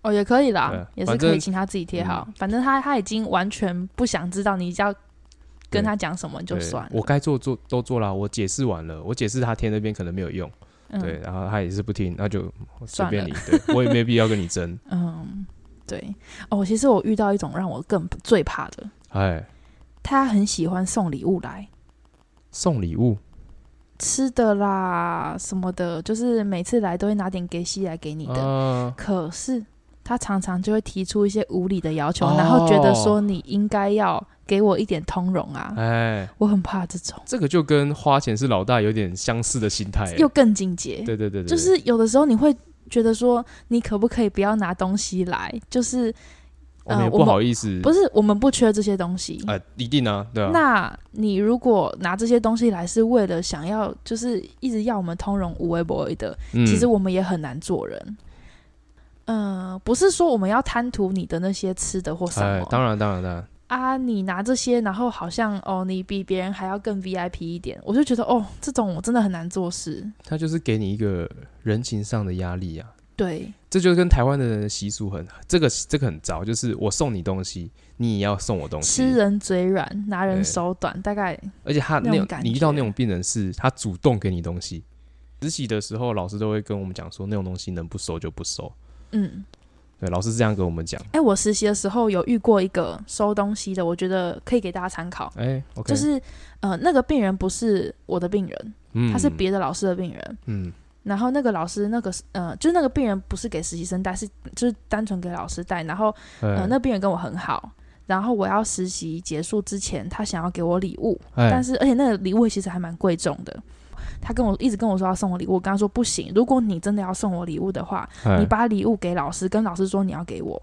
B: 哦，也可以啦，
A: 对
B: 也是
A: 反
B: 可以
A: 正嗯
B: 请他自己贴好。反正他他已经完全不想知道你要跟他讲什么，你就
A: 对
B: 算了。
A: 我该做做都做了，我解释完了，我解释他贴那边可能没有用，
B: 嗯
A: 对，然后他也是不听，那就随
B: 算
A: 便
B: 了
A: 你，对我也没必要跟你 争。
B: 嗯，对。哦，其实我遇到一种让我更最怕的，
A: 哎，
B: 他很喜欢送礼物来，
A: 送礼物，
B: 吃的啦什么的，就是每次来都会拿点给西来给你的。
A: 啊，
B: 可是他常常就会提出一些无理的要求，
A: 哦
B: 然后觉得说你应该要给我一点通融啊。
A: 哎，
B: 我很怕这种，
A: 这个就跟花钱是老大有点相似的心态、哎
B: 又更进阶。
A: 对对对对，对
B: 就是有的时候你会觉得说，你可不可以不要拿东西来？就是
A: 嗯我们也
B: 呃
A: 不
B: 我们
A: 好意思，
B: 不是我们不缺这些东西。
A: 啊、一定啊，对啊。
B: 那你如果拿这些东西来是为了想要，就是一直要我们通融无微不微的，
A: 嗯
B: 其实我们也很难做人。嗯、不是说我们要贪图你的那些吃的或什
A: 哎
B: 么，，
A: 当然当然当然，
B: 啊，你拿这些，然后好像哦，你比别人还要更 VIP 一点，我就觉得哦，这种我真的很难做事。
A: 他就是给你一个人情上的压力啊。
B: 对，
A: 这就跟台湾的人的习俗很，这个这个很糟，就是我送你东西，你也要送我东西。
B: 吃人嘴软，拿人
A: 对
B: 手短，大概
A: 而且他那
B: 那种
A: 种
B: 感
A: 你遇到
B: 觉
A: 那种病人是，他主动给你东西。实习的时候，老师都会跟我们讲说，那种东西能不收就不收。
B: 嗯，
A: 对，老师是这样跟我们讲。
B: 哎、我实习的时候有遇过一个收东西的，我觉得可以给大家参考。
A: 哎、o k
B: 就是呃，那个病人不是我的病人，他是别的老师的病人。
A: 嗯
B: 然后那个老师，那个呃，就是那个病人不是给实习生带，是就是单纯给老师带。然后
A: 嗯，
B: 呃，
A: 哎
B: 那病人跟我很好。然后我要实习结束之前，他想要给我礼物，
A: 哎
B: 但是而且那个礼物其实还蛮贵重的。他跟我一直跟我说要送我礼物，我跟他说不行，如果你真的要送我礼物的话，
A: 哎
B: 你把礼物给老师，跟老师说你要给我。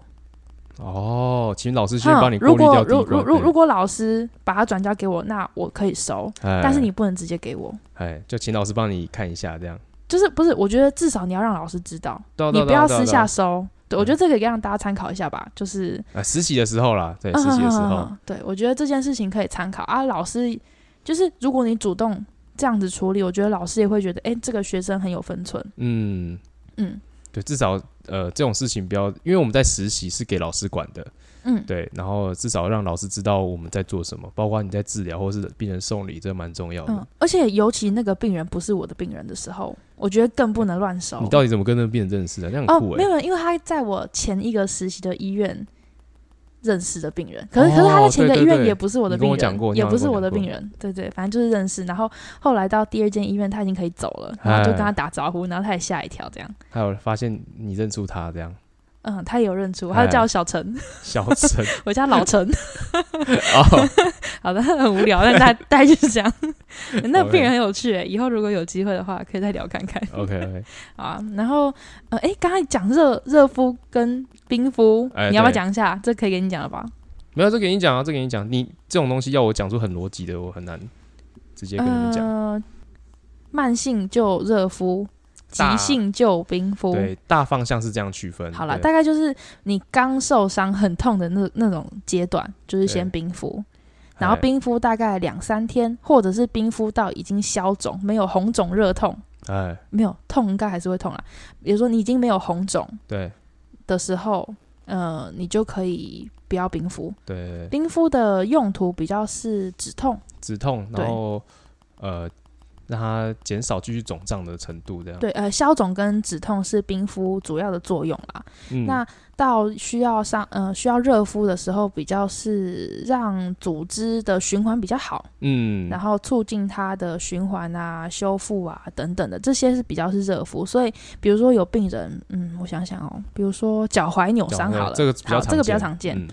A: 哦，请老师先
B: 哼
A: 帮你过
B: 如
A: 滤
B: 果
A: 掉
B: 如
A: 第一
B: 如
A: 关。
B: 如
A: 对
B: 如果老师把它转交给我，那我可以收，
A: 哎
B: 但是你不能直接给我。
A: 哎，就请老师帮你看一下这样。
B: 就是不是？我觉得至少你要让老师知道，
A: 对啊
B: 你
A: 对啊
B: 不
A: 对啊
B: 要
A: 对啊嗯
B: 私
A: 对啊
B: 下收。对，我觉得这个可以让大家参考一下吧。就是
A: 啊，实习的时候啦，对，实习的时候，
B: 嗯对我觉得这件事情可以参考啊。老师就是如果你主动这样子处理，我觉得老师也会觉得，哎、这个学生很有分寸。
A: 嗯，
B: 嗯
A: 对，至少呃这种事情不要，因为我们在实习是给老师管的，
B: 嗯，
A: 对，然后至少让老师知道我们在做什么，包括你在治疗或是病人送礼，这蛮重要
B: 嗯
A: 的。，
B: 而且尤其那个病人不是我的病人的时候，我觉得更不能乱收。
A: 你到底怎么跟那个病人认识的？那很
B: 哦，
A: 酷哎、
B: 没有，没有因为他在我前一个实习的医院认识的病人，可是、可是他在前一个
A: 哦对对
B: 医院
A: 对
B: 也不是我的
A: 你跟
B: 病
A: 我
B: 人，
A: 讲过你
B: 也
A: 好像
B: 不是
A: 跟我
B: 我的
A: 讲过
B: 病人，对对，反正就是认识。然后后来到第二间医院，他已经可以走了，然后就
A: 哎
B: 跟他打招呼，然后他也吓一跳，这样。
A: 还有发现你认出他这样，
B: 嗯，
A: 啊
B: 他也有认出我，他就叫我小陈，
A: 小陈
B: 我叫老陈，
A: 哦，
B: 好的，很无聊，但大大概就是这样。 那病人很有趣欸耶，以后如果有机会的话，可以再聊看看。
A: OK OK，
B: 好啊，然后呃，哎，刚才讲热热敷跟冰敷，
A: 哎
B: 你要不要
A: 对
B: 讲一下？这可以给你讲了吧？
A: 没有这给你讲啊，这给你讲，你这种东西要我讲出很逻辑的，我很难直接跟你们讲。
B: 呃，慢性就热敷，急
A: 大
B: 性就冰敷。
A: 对，大方向是这样区分。
B: 好了，
A: 对
B: 大概就是你刚受伤很痛的那那种阶段，就是先冰敷，然后
A: 哎
B: 冰敷大概两三天，或者是冰敷到已经消肿，没有红肿热痛，
A: 哎，
B: 没有痛应该还是会痛啦。比如说你已经没有红肿
A: 对
B: 的时候，呃，你就可以不要冰敷。
A: 对对，
B: 冰敷的用途比较是止痛，
A: 止痛，
B: 对
A: 然后呃，让它减少继续肿胀的程度，这样。
B: 对，呃，消肿跟止痛是冰敷主要的作用啦。
A: 嗯，
B: 那到需要伤呃需要热敷的时候，比较是让组织的循环比较好，
A: 嗯，
B: 然后促进它的循环啊、修复啊等等的，这些是比较是热敷。所以，比如说有病人，嗯，我想想哦，比如说脚踝扭
A: 脚
B: 伤
A: 踝
B: 好了，
A: 这个比较
B: 好
A: 常
B: 这个比较
A: 见
B: 常见。
A: 嗯，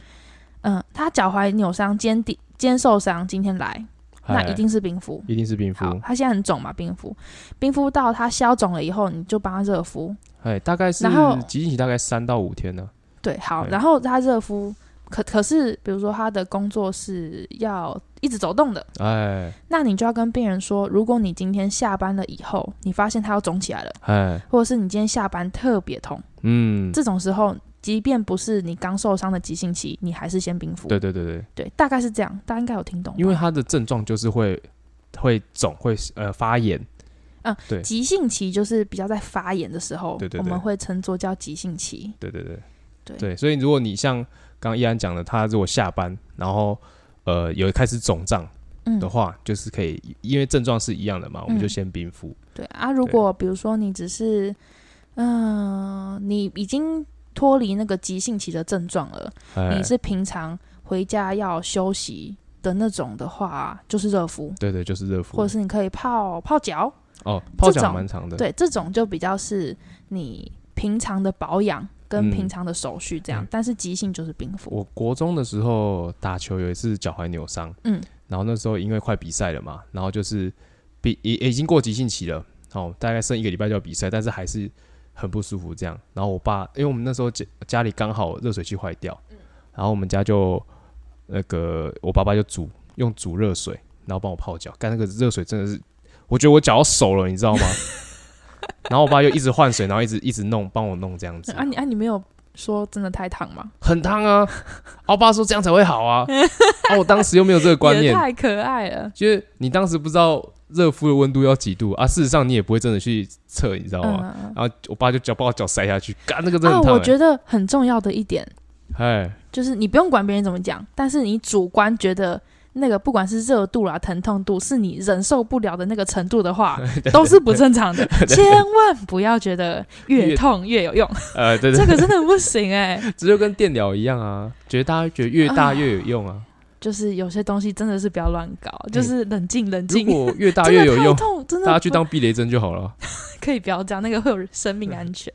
B: 嗯，他脚踝扭伤、肩底肩受伤，今天来，那
A: 哎
B: 一定是冰敷。
A: 一定是冰敷
B: 好，。他现在很肿嘛，冰敷，冰敷到它消肿了以后，你就帮他热敷。
A: 哎，大概是
B: 然后
A: 急性期大概三到五天呢。
B: 对，好，
A: 对
B: 然后他热敷，可可是比如说他的工作是要一直走动的，
A: 哎
B: 那你就要跟病人说，如果你今天下班了以后，你发现他要肿起来了，
A: 哎，
B: 或者是你今天下班特别痛，
A: 嗯，
B: 这种时候，即便不是你刚受伤的急性期，你还是先冰敷。
A: 对对对对，
B: 对大概是这样，大家应该有听懂吧。
A: 因为它的症状就是会会肿，会呃发炎。对
B: 急性期就是比较在发炎的时候，
A: 对对
B: 我
A: 对
B: 们会称作叫急性期。
A: 对对对
B: 对
A: 所以如果你像刚刚依安讲的，他如果下班然后呃有开始肿胀
B: 嗯
A: 的，话，就是可以因为症状是一样的嘛，我们就先冰敷。
B: 对啊。如果比如说你只是，嗯、你已经脱离那个急性期的症状了，
A: 哎
B: 你是平常回家要休息的那种的话，就是热敷，
A: 对对，就是热敷，
B: 或者是你可以泡泡脚，
A: 哦泡
B: 这
A: 脚
B: 种
A: 蛮长的，
B: 对，这种就比较是你平常的保养跟
A: 嗯
B: 平常的手续这样，
A: 嗯
B: 但是急性就是冰敷。
A: 我国中的时候打球有一次脚踝扭伤，
B: 嗯，
A: 然后那时候因为快比赛了嘛，然后就是比已已经过急性期了，哦，大概剩一个礼拜就要比赛，但是还是很不舒服这样。然后我爸，因为我们那时候家家里刚好热水器坏掉，
B: 嗯
A: 然后我们家就那个我爸爸就煮用煮热水，然后帮我泡脚，干那个热水真的是，我觉得我脚要熟了，你知道吗？ 然后我爸就一直换水，然后一直一直弄，帮我弄这样子。
B: 啊你啊你没有说真的太烫吗？
A: 很烫啊！ 我爸说这样才会好 啊，啊，我当时又没有这个观
B: 也
A: 念，
B: 太可爱了。
A: 就是你当时不知道热敷的温度要几度啊，事实上你也不会真的去测，你知道
B: 嗯
A: 吗？
B: 嗯嗯
A: 然后我爸就脚把我脚塞下去，干那个真的
B: 啊，
A: 哦很烫、
B: 我
A: 欸，
B: 觉得很重要的一点
A: 哎，
B: 就是你不用管别人怎么讲，但是你主观觉得那个不管是热度啦、疼痛度，是你忍受不了的那个程度 的话，都是不正常的。千万不要觉得越
A: 越
B: 痛越有用，
A: 呃，对
B: 这
A: 对，
B: 个真的不行哎、
A: 这就跟电疗一样啊，觉得大家觉得越大
B: 啊
A: 越有用啊，
B: 就是有些东西真的是不要乱搞，就是冷静冷
A: 如
B: 静。
A: 果越大
B: 真的
A: 越有
B: 太
A: 用，
B: 痛，真的
A: 大家去
B: 不
A: 当避雷针就好了。
B: 可以不要这样，那个会有生命安全。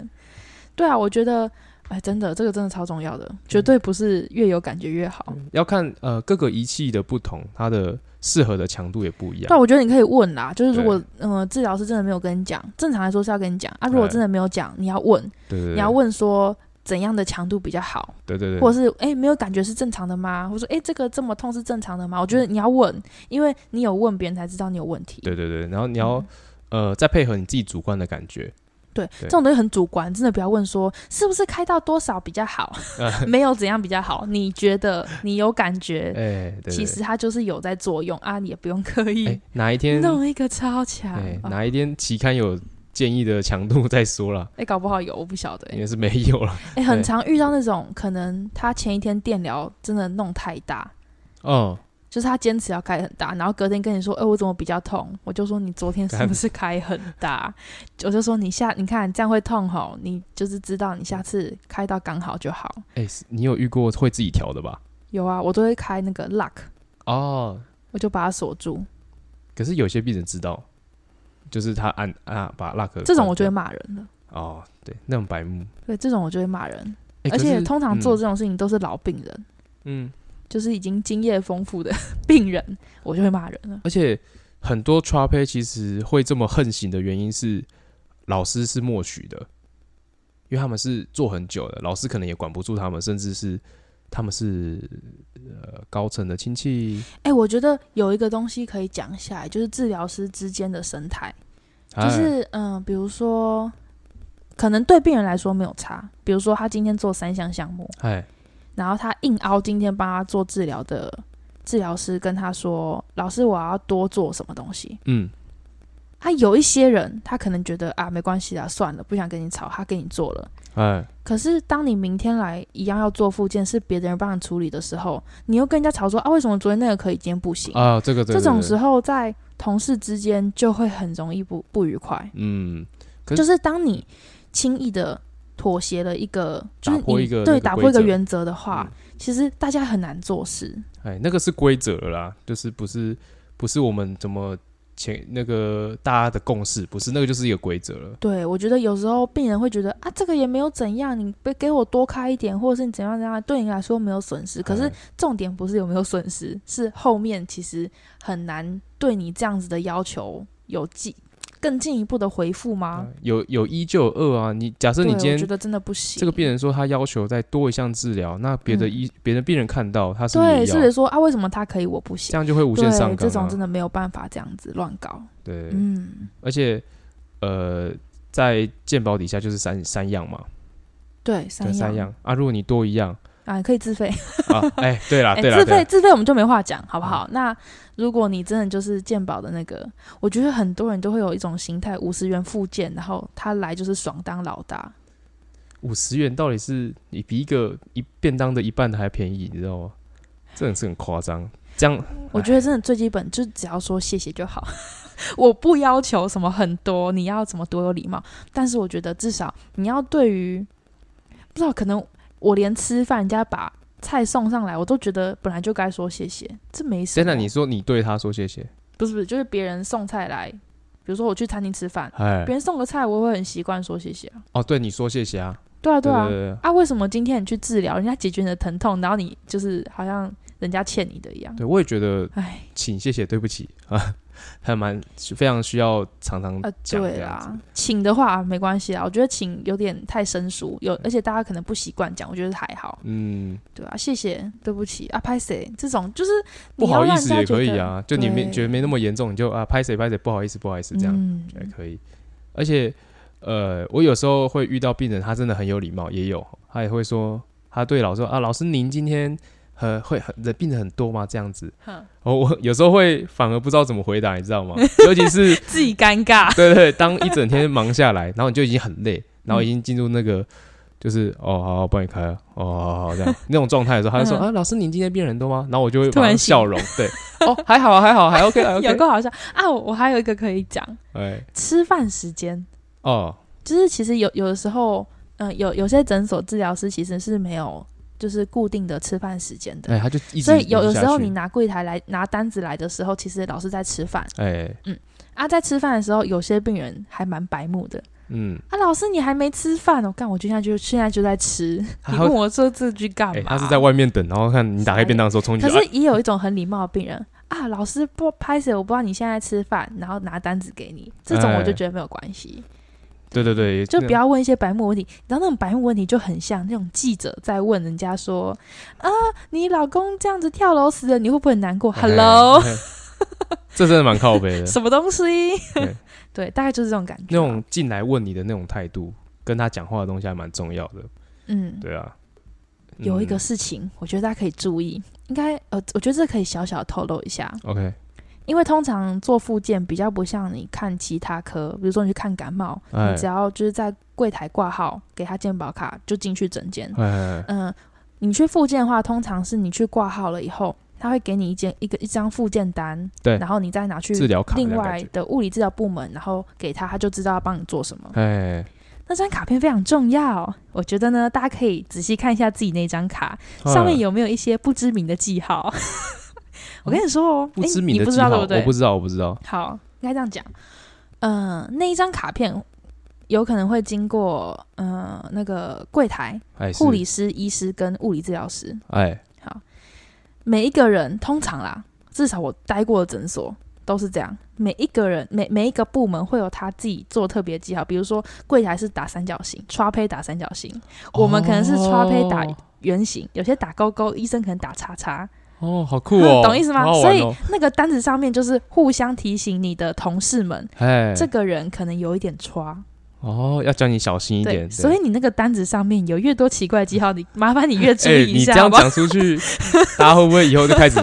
B: 对啊，我觉得，哎，真的，这个真的超重要
A: 嗯
B: 的，绝对不是越有感觉越好。
A: 要看呃各个仪器的不同，它的适合的强度也不一样
B: 但。我觉得你可以问啦，就是如果
A: 对
B: 嗯、呃治疗师真的没有跟你讲，正常来说是要跟你讲啊。如果
A: 对
B: 真的没有讲，你要问，
A: 对对
B: 你
A: 对
B: 要，问说怎样的强度比较好，
A: 对对
B: 或
A: 对，
B: 者是哎、诶没有感觉是正常的吗？或者说哎、诶这个这么痛是正常的
A: 嗯
B: 吗？我觉得你要问，因为你有问别人才知道你有问题。
A: 对对对，然后你要
B: 嗯
A: 呃再配合你自己主观的感觉，
B: 对这种东西很主观，真的不要问说是不是开到多少比较 好，没有怎样比较好。你觉得你有感觉，
A: 哎，对对
B: 其
A: 对
B: 实它就是有在作用啊，你也不用刻意、
A: 哎、哪一天，
B: 弄一个超强。
A: 哎、
B: 哦
A: 哪一天期刊有建议的强度 再说啦，
B: 哎、搞不好有，我不晓得、
A: 因为是没有了。
B: 哎、很
A: 对
B: 常遇到那种可能他前一天电疗真的弄太大，
A: 哦，
B: 就是他坚持要开很大，然后隔天跟你说，哎、我怎么比较痛？我就说你昨天是不是开很大？我就说你下，你看这样会痛吼，你就是知道你下次开到刚好就好。
A: 哎、是你有遇过会自己调的吧？
B: 有啊，我都会开那个 lock，
A: 哦，
B: 我就把它锁住。
A: 可是有些病人知道，就是他按啊把那个
B: 这种我就会骂人了，
A: 哦，对，那种白目，
B: 对，这种我就会骂人。
A: 哎
B: 而且
A: 可是
B: 通常
A: 嗯
B: 做这种事情都是老病人，
A: 嗯
B: 就是已经经验丰富的 病人，我就会骂人了。
A: 而且很多 t r a p 其实会这么横行的原因是，老师是默许的，因为他们是做很久的，老师可能也管不住他们，甚至是他们是呃高层的亲戚
B: 哎、我觉得有一个东西可以讲一下，就是治疗师之间的生态，就
A: 哎
B: 是嗯、比如说，可能对病人来说没有差，比如说他今天做三项项目，
A: 哎，
B: 然后他硬凹今天帮他做治疗的治疗师跟他说：“老师，我要多做什么东西。
A: 嗯，”
B: 他有一些人，他可能觉得啊，没关系啦，算了，不想跟你吵，他给你做了。
A: 哎，
B: 可是当你明天来一样要做复健，是别的人帮你处理的时候，你又跟人家吵说啊，为什么昨天那个可以，今天不行？
A: 啊，这个这
B: 这
A: 个
B: 种
A: 这
B: 时
A: 个
B: 候在同事之间就会很容易不不愉快，
A: 嗯，可是
B: 就是当你轻易的妥协了一个，就是
A: 打破
B: 你
A: 一个那
B: 对
A: 个
B: 打
A: 规
B: 破一个
A: 则嗯
B: 原则的话，其实大家很难做事。
A: 哎，那个是规则了啦，就是不是不是我们怎么前那个大家的共识，不是那个就是一个规则了。
B: 对，我觉得有时候病人会觉得啊，这个也没有怎样，你给给我多开一点，或者是你怎样怎样，对你来说没有损失。可是
A: 哎
B: 重点不是有没有损失，是后面其实很难对你这样子的要求有进更进一步的回复吗？
A: 有有一就有二啊，你假设嗯
B: 对，
A: 你
B: 我
A: 今
B: 觉
A: 天
B: 得真的不行。
A: 这个病人说他要求再多一项治疗，那别的
B: 嗯
A: 医别、的病人看到他是不是
B: 对，
A: 也
B: 是不是
A: 要？
B: 说啊，为什么他可以我不行
A: 这？样就会哦无限上纲、啊。
B: 对，这种真的没有办法这样子乱搞。
A: 对，
B: 嗯，
A: 而且呃，在健保底下就是三三样嘛，
B: 对，
A: 对，
B: 三
A: 三样啊。如果你多一样
B: 啊，可以自费。
A: 啊，哎、对啦
B: 哎、
A: 对啦，对
B: 自费
A: 啦嗯
B: 自费我们就没话讲，好不好？那如果你真的就是健保的那个，我觉得很多人都会有一种心态，五十元复健，然后他来就是爽当老大。
A: 五十元到底是你比一个一便当的一半的还便宜，你知道吗？这很是很夸张。这样
B: 我觉得真的最基本就是只要说谢谢就好， 我不要求什么很多，你要怎么多有礼貌，但是我觉得至少你要对于不知道可能我连吃饭人家把菜送上来，我都觉得本来就该说谢谢，这没什
A: 现
B: 么。
A: 在你说你对他说谢谢，
B: 不是不是，就是别人送菜来，比如说我去餐厅吃饭，
A: 哎
B: 别，人送个菜，我会很习惯说谢谢啊。
A: 哦，对你说谢谢啊，
B: 对啊，对啊，
A: 对对对
B: 啊，为什么今天你去治疗，人家解决你的疼痛，然后你就是好像人家欠你的一样？
A: 对，我也觉得
B: 哎，
A: 请谢谢对不起啊，还蛮非常需要常常
B: 呃，
A: 讲这
B: 对
A: 样子。
B: 啦，请的话没关系啦，我觉得请有点太生疏，有而且大家可能不习惯讲，我觉得还好，
A: 嗯，
B: 对啊，谢谢，对不起啊，拍谁这种就是
A: 不
B: 你要
A: 好意
B: 让
A: 思
B: 人
A: 也
B: 家
A: 可
B: 觉
A: 以
B: 得
A: 啊，就你没
B: 对
A: 觉得没那么严重，你就啊拍谁拍谁，不好意思不好意思这样、
B: 嗯
A: 也可以。而且呃，我有时候会遇到病人，他真的很有礼貌，也有他也会说，他对老师说啊，老师您今天很会很的病人很多吗？这样子，
B: 哼
A: 哦，我 有时候会反而不知道怎么回答，你知道吗？尤其是
B: 自己尴尬，
A: 对对，当一整天忙下来，然后你就已经很累，然后已经进入那个就是哦，好，我帮你开啊，哦，好好好这样那种状态的时候，他就说
B: 嗯
A: 啊，老师您今天病人多吗？然后我就会
B: 突
A: 马
B: 然
A: 上
B: 醒
A: 笑容，对，哦，还好啊，还 好，还 OK 啊
B: 有
A: ，OK，
B: 够好笑啊！我我还有一个可以讲，
A: 哎，
B: 吃饭时间，
A: 哦，
B: 就是其实有有的时候，嗯、有有些诊所治疗师其实是没有就是固定的吃饭时间的，
A: 哎，他就一直
B: 所以有
A: 演
B: 有
A: 下
B: 时候
A: 去
B: 你拿柜台来拿单子来的时候，其实老师在吃饭
A: 哎，
B: 啊，在吃饭的时候，有些病人还蛮白目的
A: 嗯，
B: 啊，老师你还没吃饭哦，干我就现在就现在就 在吃，
A: 他
B: 你
A: 会
B: 问我说这句干嘛
A: 哎，？他是在外面等，然后看你打开便当的时候冲进
B: 可
A: 去，哎
B: 是也有一种很礼貌的病人啊，老师不拍谁，我不知道你现在吃饭，然后拿单子给你，这种我就
A: 哎啊
B: 觉得没有关系。
A: 对对对，
B: 就
A: 那
B: 不要问一些白目问题，你知道那种白目问题就很像那种记者在问人家说：“啊，你老公这样子跳楼死了，你会不会很难过
A: 哎
B: ？”Hello，
A: 哎这真的蛮靠 北的，
B: 什么东西
A: 对？
B: 对，大概就是这种感觉。啊
A: 那种，进来问你的那种态度，跟他讲话的东西还蛮重要的，
B: 嗯，
A: 对啊，
B: 有一
A: 嗯
B: 个事情，我觉得大家可以注意，应该呃，我觉得这可以小小透露一下，
A: OK，
B: 因为通常做复健比较不像你看其他科，比如说你去看感冒，
A: 哎
B: 你只要就是在柜台挂号，给他健保卡就进去诊间。
A: 哎，
B: 嗯，你去复健的话，通常是你去挂号了以后，他会给你一件一个一张复健单，
A: 对
B: 然后你再拿去
A: 治疗卡
B: 另
A: 那种感
B: 外
A: 觉
B: 的物理治疗部门，然后给他，他就知道要帮你做什么。
A: 哎，
B: 那张卡片非常重要，我觉得呢，大家可以仔细看一下自己那张卡上面
A: 有
B: 有没有一些不知名的记号。 我跟你说哦，
A: 不
B: 诶
A: 知名
B: 你
A: 的
B: 不知
A: 记
B: 道
A: 号，
B: 对不对？
A: 我不知道，我不知道。
B: 好，应该这样讲。嗯、那一张卡片有可能会经过呃那个柜台、
A: 哎，是
B: 护理，师、医师跟物理治疗师。
A: 哎，
B: 每一个人通常啦，至少我待过的诊所都是这样，每一个人每每一个部门会有他自己做特别记号，比如说柜台是打三角形，刷胚打三角形，我们可能是刷胚打
A: 哦
B: 圆形，有些打勾勾，医生可能打叉叉，
A: 哦，好酷哦，
B: 嗯懂意思吗？
A: 好好
B: 所
A: 玩
B: 以
A: 哦
B: 那个单子上面就是互相提醒你的同事们，
A: 哎，
B: 这个人可能有一点刷，
A: 哦，要叫你小心一点。
B: 对，
A: 对
B: 所以你那个单子上面有越多奇怪的记号，你麻烦你越 注
A: 哎，
B: 意一
A: 你
B: 下哦
A: 这
B: 好
A: 样
B: 不好，
A: 讲出去，大家会不会以后就开 始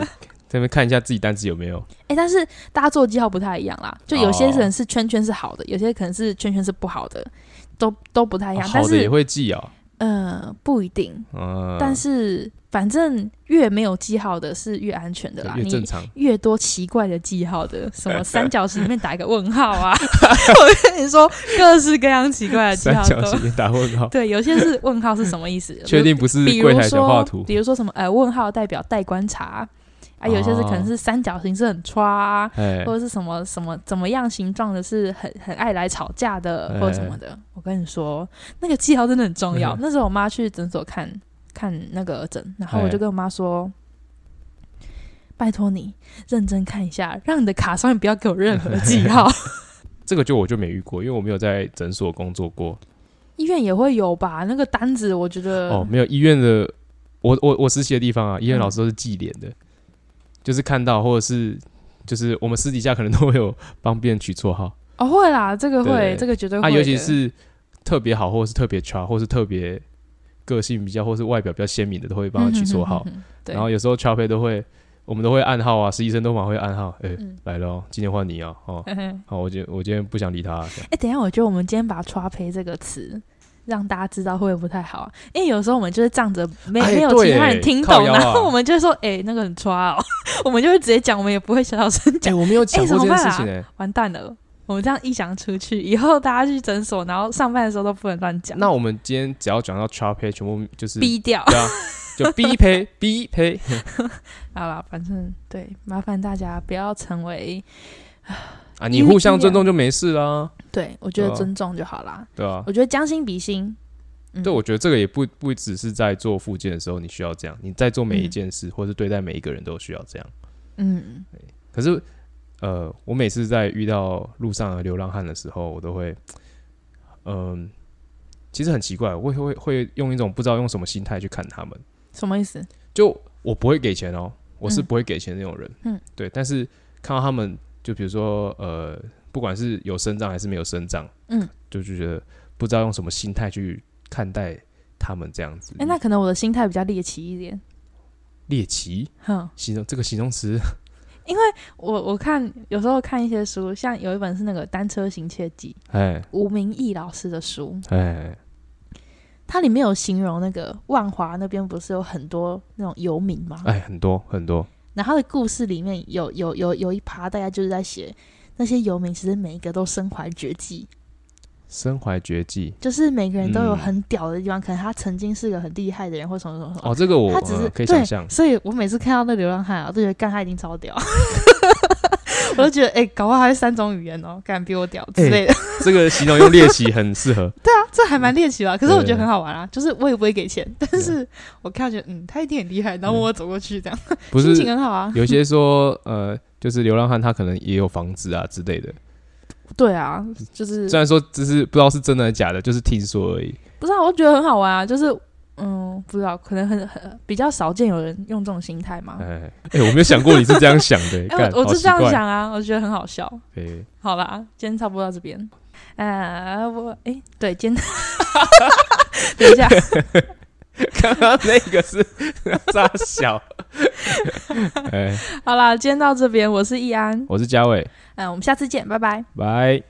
A: 在那边看一下自己单子有没有？
B: 哎、但是大家做的记号不太一样啦，就有些
A: 哦
B: 人是圈圈是好的，有些可能是圈圈是不好的，都都不太一样。哎但
A: 哦好的也
B: 是
A: 会记啊，
B: 呃，不一定，
A: 嗯，
B: 但是反正越没有记号的是越安全的
A: 对
B: 啦。
A: 越正
B: 啊你
A: 常。
B: 越多奇怪的记号的，什么三角形里面打一个问号 啊， 我跟你说，各式各样奇怪的记
A: 三
B: 号
A: 角
B: 都。
A: 形打问号，
B: 对，有些是问号是什么意思？
A: 确定不是
B: 比如
A: 柜台
B: 说，
A: 全画图？
B: 比如说什么呃问号代表待观察啊，有些是可能
A: 哦
B: 是三角形是很刷、啊，
A: 哎
B: 或，者是什么什么怎么样形状的是很很爱来吵架的，
A: 哎
B: 或者什么的。我跟你说，那个记号真的很 重要。那时候我妈去诊所看看那个诊，然后我
A: 哎
B: 就跟我妈说。拜托你认真看一下，让你的卡上面不要给我任何记 号。
A: 这个就我就没遇过，因为我没有在诊所工作过。
B: 医院也会有吧？那个单子，我觉得
A: 哦，没有医院的，我我我实习的地方啊，医院
B: 嗯
A: 老师都是记脸的，就是看到或者是就是我们私底下可能都会有帮别人取绰号，
B: 哦会啦，这个会
A: 对，
B: 这个绝对会
A: 啊，
B: 的。
A: 尤其是特别好，或是特别差，或是特别个性比较，或是外表比较鲜明的，都会帮他取绰号。
B: 嗯。哼哼哼哼对
A: 然 后有时候差配都会，我们都会暗号啊，实习生都蛮会暗号，哎、
B: 嗯
A: 来了哦，今天换你哦，哦，
B: 嗯哼
A: 好，我今我今天不想理 他、啊这样
B: 哎、等一下，我觉得我们今天把“刷胚”这个词让大家知道会不会不太好、啊？因为有时候我们就是仗着没、
A: 哎
B: 没有
A: 对
B: 其他
A: 哎
B: 人听
A: 靠
B: 懂，
A: 腰啊
B: 然后我们就会说：“哎、那个很刷哦。” 我们就会直接讲，我们也不会小小声
A: 哎、
B: 讲，
A: 我没有讲
B: 哎
A: 过这
B: 怎么
A: 件
B: 办
A: 事
B: 啊
A: 情哎、
B: 完蛋了。我们这样一想出去，以后大家去诊所，然后上班的时候都不能乱讲，
A: 那我们今天只要讲到差配，全部就是
B: 逼掉。
A: 对啊，就逼呸逼呸，
B: 好了，反正对，麻烦大家不要成为，
A: 啊，你互相尊重就没事啦，
B: 对我觉得
A: 对啊
B: 尊重就好啦。
A: 对啊。
B: 我觉得将心比心，嗯
A: 对，我觉得这个也不不只是在做附件的时候你需要这样，你在做每一件事，或是对待每一个人都需要这样。
B: 嗯，
A: 可是，呃，我每次在遇到路上的流浪汉的时候，我都会，嗯、其实很奇怪，我会会会用一种不知道用什么心态去看他们。
B: 什么意思？哎
A: 就我不会给钱哦，我是
B: 嗯
A: 不会给钱的那种人。
B: 嗯，
A: 对。但是看到他们，就比如说呃，不管是有生长还是没有生长，
B: 嗯，
A: 就就觉得不知道用什么心态去看待他们这样子。
B: 哎、那可能我的心态比较猎奇一点，
A: 猎奇
B: 哼。
A: 形容这个形容词，
B: 我我看有时候看一些书，像有一本是那个《单车行窃记
A: 哎》，
B: 吴明义老师的书，
A: 哎，
B: 它里面有形容那个万华那边不是有很多那种游民吗？
A: 哎，很多很多，
B: 然后他的故事里面有有有有一趴，大概就是在写那些游民，其实每一个都身怀绝技，
A: 身怀绝技。
B: 就是每个人都有
A: 嗯
B: 很屌的地方，可能他曾经是个很厉害的人，或什么什么什么。
A: 哦，这个我
B: 他只是、
A: 呃可以
B: 对
A: 想象，
B: 所以我每次看到那流浪汉啊，我都觉得干他一定超屌， 我都觉得哎、搞不好还会三种语言哦，干比我屌
A: 哎
B: 之类的。
A: 这个形容用猎奇很适 合。
B: 这还蛮猎奇吧，可是
A: 对
B: 我觉得很好玩啊，就是我也不会给钱，但是我看觉得嗯，他一定很厉害，然后我走过去这样，
A: 不
B: 心
A: 是
B: 情很好啊。
A: 有些说呃，就是流浪汉他可能也有房子啊之类的，
B: 对啊，就是
A: 虽然说只是不知道是真的还是假的，就是听说而已。
B: 不知道，我觉得很好玩啊，就是嗯，不知道，可能很很比较少见有人用这种心态嘛。
A: 哎哎，我没有想过你是这样想的，
B: 哦 哎、
A: 干
B: 我我
A: 好
B: 是
A: 奇
B: 这样
A: 怪
B: 想啊，我觉得很好笑。
A: 哎
B: 好啦，今天差不多到这边。呃，我哎、对，今天 等一下，
A: 刚刚那个是 扎 小。哎，
B: 好啦，今天到这边，我是易安，呃
A: 我是嘉伟，
B: 嗯、我们下次见，拜拜。
A: 拜。